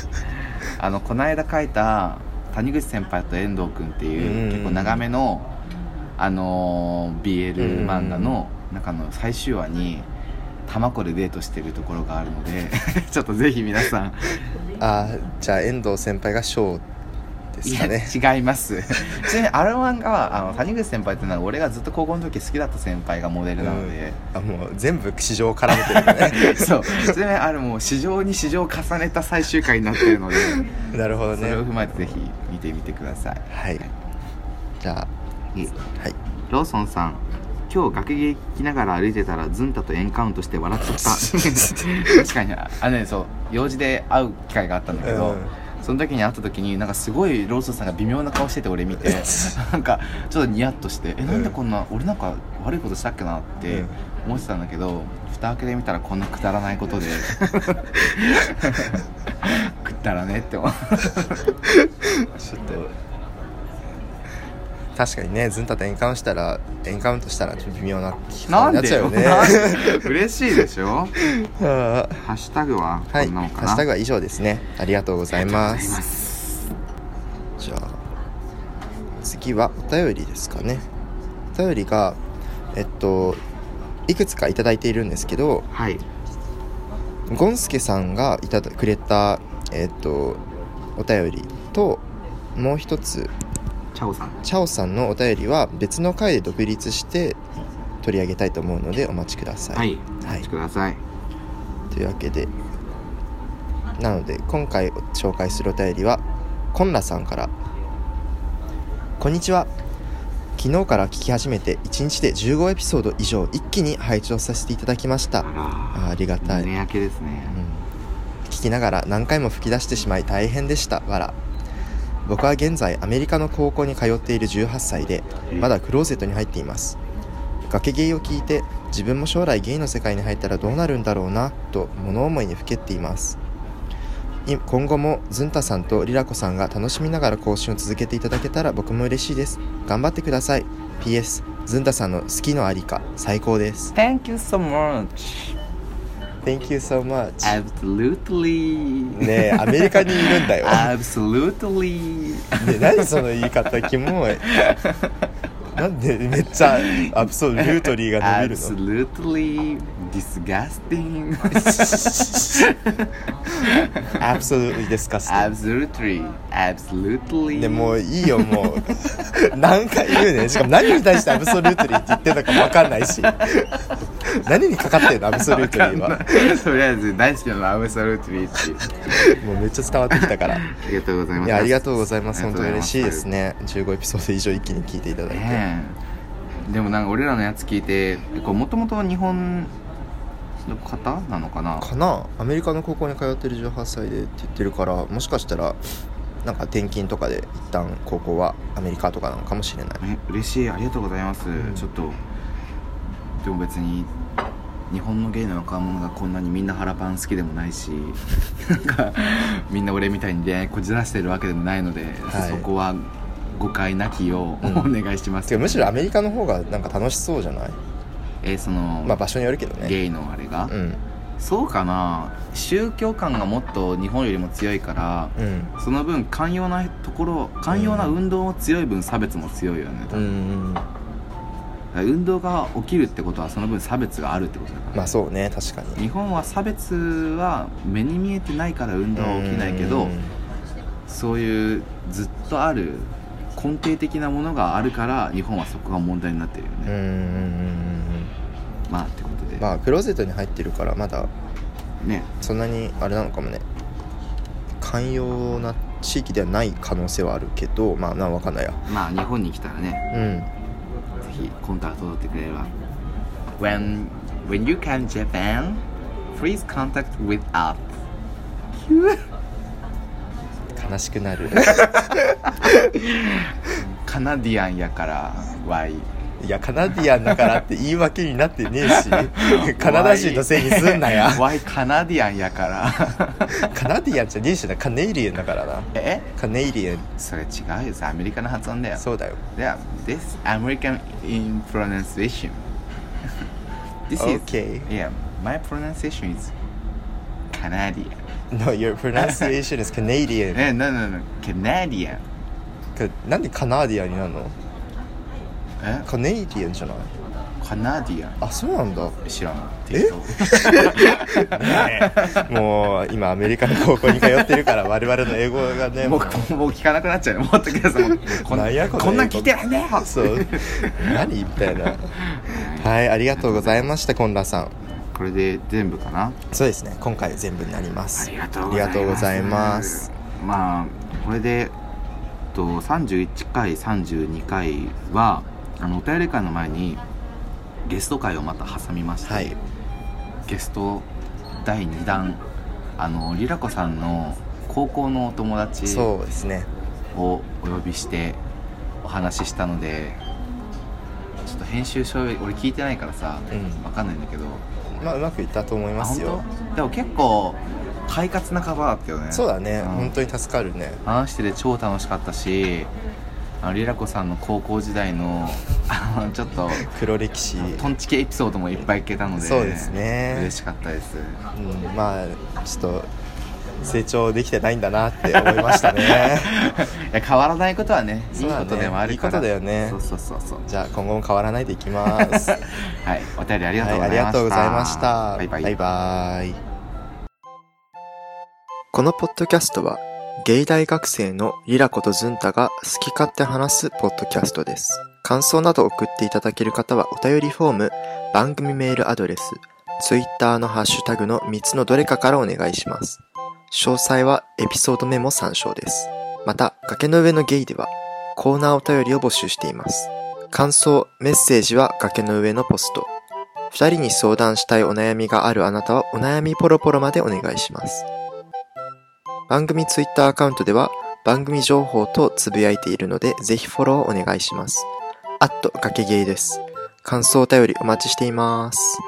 Speaker 1: あのこの間書いた谷口先輩と遠藤君って
Speaker 2: うん
Speaker 1: いううん結構長めのあのー
Speaker 2: う
Speaker 1: BL
Speaker 2: ん
Speaker 1: 漫画の中の最終話に卵でデートしてるところがあるので ちょっとぜひ皆さん
Speaker 2: あーじゃあ遠藤先輩が翔ですかね
Speaker 1: いや 違いますちなみにあの漫画はあの谷口先輩っていうのは俺がずっと高校の時好きだった先輩がモデルなので、
Speaker 2: あもう全部市場を絡めて るね
Speaker 1: そうちなみにあれもう市場に市場を重ねた最終回になってるので
Speaker 2: なるほど
Speaker 1: それを
Speaker 2: ね
Speaker 1: 踏まえてぜひ見てみてください
Speaker 2: はいじゃあはい
Speaker 1: ローソンさん今日楽芸聞きながら歩いてたらズンタとエンカウントして笑っちゃった確かにあのねそう用事で会う機会があったんだけど、
Speaker 2: うん
Speaker 1: その時に会った時になんかすごいローソンさんが微妙な顔してて俺 見てなんかちょっとニヤッとして「えなんでこんな俺なんか悪いことしたっけな?」って
Speaker 2: うん
Speaker 1: 思ってたんだけど蓋開けてみたらこんなくだらな いことでくだらねえって思う
Speaker 2: ちょっと確かにねずんたとエンカウントしたらエンカウントしたらちょっと微妙な気
Speaker 1: な
Speaker 2: になんっち
Speaker 1: で
Speaker 2: ゃう
Speaker 1: よ
Speaker 2: よね
Speaker 1: なんで嬉しいでしょ
Speaker 2: あ
Speaker 1: ハッシュタグは
Speaker 2: ー
Speaker 1: こ
Speaker 2: はい
Speaker 1: んなの
Speaker 2: ハッ
Speaker 1: かな、
Speaker 2: シュタグは以上ですねありがとうございま
Speaker 1: あり
Speaker 2: す
Speaker 1: がとうございます
Speaker 2: じゃあ次はお便りですかねお便りがえっといくつかいただいているんですけど
Speaker 1: はい
Speaker 2: ゴンスケさんがいただくれた、えっとお便りともう一つ
Speaker 1: チャオさん
Speaker 2: チャオさんのお便りは別の回で独立して取り上げたいと思うのでお待ちください、
Speaker 1: はいお
Speaker 2: はい
Speaker 1: 待ちください
Speaker 2: というわけでなので今回紹介するお便りはコンラさんから「こんにちは昨日から聞き始めて1日で15エピソード以上一気に拝聴させていただきました
Speaker 1: あ
Speaker 2: あーありが
Speaker 1: ら
Speaker 2: たい、
Speaker 1: 胸焼けですね
Speaker 2: うん聞きながら何回も吹き出してしまい大変でしたわら僕は現在アメリカの高校に通っている18歳でまだクローゼットに入っています崖ゲイを聞いて自分も将来ゲイの世界に入ったらどうなるんだろうなと物思いにふけっていますい今後もズンタさんとリラコさんが楽しみながら更新を続けていただけたら僕も嬉しいです頑張ってください PS ズンタさんの好きのありか最高です
Speaker 1: Thank you so much
Speaker 2: Thank you so much
Speaker 1: Absolutely
Speaker 2: ねえアメリカにいるんだよ
Speaker 1: Absolutely
Speaker 2: ね、何その言い方キモいなんでめっちゃアブソルートリーが伸びるの
Speaker 1: Absolutely disgusting
Speaker 2: アブソルートですか
Speaker 1: Absolutely Absolutely
Speaker 2: でもういいよもう何回言うねんしかも何に対してアブソルートリーって言ってたか分かんないし何にかかってんのアブソルートリーは
Speaker 1: とりあえず大好きなのアブソルートリーっていう
Speaker 2: もうめっちゃ伝わってきたから
Speaker 1: ありがとうございます
Speaker 2: いやありがとうございます本当に嬉しいです
Speaker 1: ね
Speaker 2: ね15エピソード以上一気に聞いていただいて、
Speaker 1: ねえでもなんか俺らのやつ聞いてもともと日本の方なのかな
Speaker 2: かなアメリカの高校に通ってる18歳でって言ってるからもしかしたらなんか転勤とかで一旦高校はアメリカとかなのかもしれない
Speaker 1: え嬉しいありがとうございます、
Speaker 2: ん
Speaker 1: ちょっとでも別に日本のゲイの若者がこんなにみんな腹パン好きでもないしなん かみんな俺みたいに恋愛こじらしてるわけでもないので、
Speaker 2: はい
Speaker 1: そこは誤解なきよう
Speaker 2: う
Speaker 1: お
Speaker 2: ん
Speaker 1: 願いします、
Speaker 2: てかむしろアメリカの方がなんか楽しそうじゃない
Speaker 1: えその、
Speaker 2: まあ場所によるけどね
Speaker 1: ゲイのあれが、
Speaker 2: うん
Speaker 1: そうかな宗教観がもっと日本よりも強いから
Speaker 2: うん
Speaker 1: その分寛容なところ寛容な運動も強い分差別も強いよね、
Speaker 2: うんうん
Speaker 1: だから運動が起きるってことはその分差別があるってことだから、
Speaker 2: まあそうね確かに
Speaker 1: 日本は差別は目に見えてないから運動は起きないけど、
Speaker 2: うん
Speaker 1: そういうずっとある根底的なものがあるから日本はそこが問題になってるよ
Speaker 2: うんうんう
Speaker 1: ね、
Speaker 2: ん
Speaker 1: まあってことで、
Speaker 2: うんまあクローゼットに入ってるからまだ
Speaker 1: ね
Speaker 2: そんなにあれなのかもね寛容な地域ではない可能性はあるけどまあなんかわかんないや
Speaker 1: まあ日本に来たらね
Speaker 2: うん
Speaker 1: ぜひコンタクト取ってくれれば When, when you come Japan please contact with us
Speaker 2: 悲しくなる
Speaker 1: カナディアンやから Y
Speaker 2: いやカナディアンだからって言い訳になってねえ しカナダ人のせいにすんなや
Speaker 1: Y カナディアンやから
Speaker 2: カナディアンじゃねえしなカネイリエンだからな
Speaker 1: え
Speaker 2: カネイリエン
Speaker 1: それ違うよさアメリカの発音だよ
Speaker 2: そうだよ
Speaker 1: Yeah, this American in pronunciation. this
Speaker 2: Okay.
Speaker 1: is yeah. My pronunciation is Canadian.
Speaker 2: No your pronunciation is Canadian
Speaker 1: Eh, no, no, no, Canadian.
Speaker 2: かなんでカナディアンになるの
Speaker 1: Eh,
Speaker 2: カネイリエンじゃない
Speaker 1: Canadian.
Speaker 2: あそうなんだ
Speaker 1: 知らん。
Speaker 2: え
Speaker 1: 適当
Speaker 2: もう今アメリカの高校に通ってるから我々の英語がね
Speaker 1: もうもう聞かなくなっちゃうよ。もっとけどこん
Speaker 2: なんやこの
Speaker 1: こんなん聞いてらんねえよ。
Speaker 2: そう何みたいなはいありがとうございましたコンラさん
Speaker 1: これで全部かな。
Speaker 2: そうですね今回全部になります
Speaker 1: ありがとう
Speaker 2: ありがとうございます。
Speaker 1: まあこれで、えっと三十一回三十二回はあのお便り会の前にゲスト会をまた挟みまして、
Speaker 2: はい
Speaker 1: ゲスト第二弾あのりらこさんの高校のお友達を
Speaker 2: そうですね
Speaker 1: お呼びしてお話ししたので。ちょっと編集書類俺聞いてないからさ、
Speaker 2: うん
Speaker 1: わかんないんだけど
Speaker 2: まあうまくいったと思い
Speaker 1: あ
Speaker 2: ますよ
Speaker 1: 本当でも結構快活な方だったよね
Speaker 2: そうだね、
Speaker 1: ん
Speaker 2: 本当に助かるね
Speaker 1: 話してて超楽しかったしあのリラコさんの高校時代の あのちょっと
Speaker 2: 黒歴史、
Speaker 1: トンチ系エピソードもいっぱい聞けたので
Speaker 2: そうですね
Speaker 1: 嬉しかったです
Speaker 2: うん、まあちょっと成長できてないんだなって思いましたね
Speaker 1: いや変わらないことはねい
Speaker 2: そ
Speaker 1: いう
Speaker 2: だね
Speaker 1: ことでもあるから
Speaker 2: いいことだよね
Speaker 1: そうそうそうそう
Speaker 2: じゃあ今後も変わらないでいきますはい
Speaker 1: はいお便りありがとうご
Speaker 2: あ
Speaker 1: ざいま
Speaker 2: りが
Speaker 1: した、
Speaker 2: とうございました
Speaker 1: バイバイ
Speaker 2: バイバイこのポッドキャストはゲイ大学生のリラコとズンタが好き勝手話すポッドキャストです感想など送っていただける方はお便りフォーム番組メールアドレス Twitter のハッシュタグの3つのどれかからお願いします詳細はエピソードメモ参照ですまた崖の上のゲイではコーナーお便りを募集しています感想メッセージは崖の上のポスト2人に相談したいお悩みがあるあなたはお悩みポロポロまでお願いします番組ツイッターアカウントでは番組情報とつぶやいているのでぜひフォローお願いします。あっと、かけゲーです。感想お便りお待ちしています。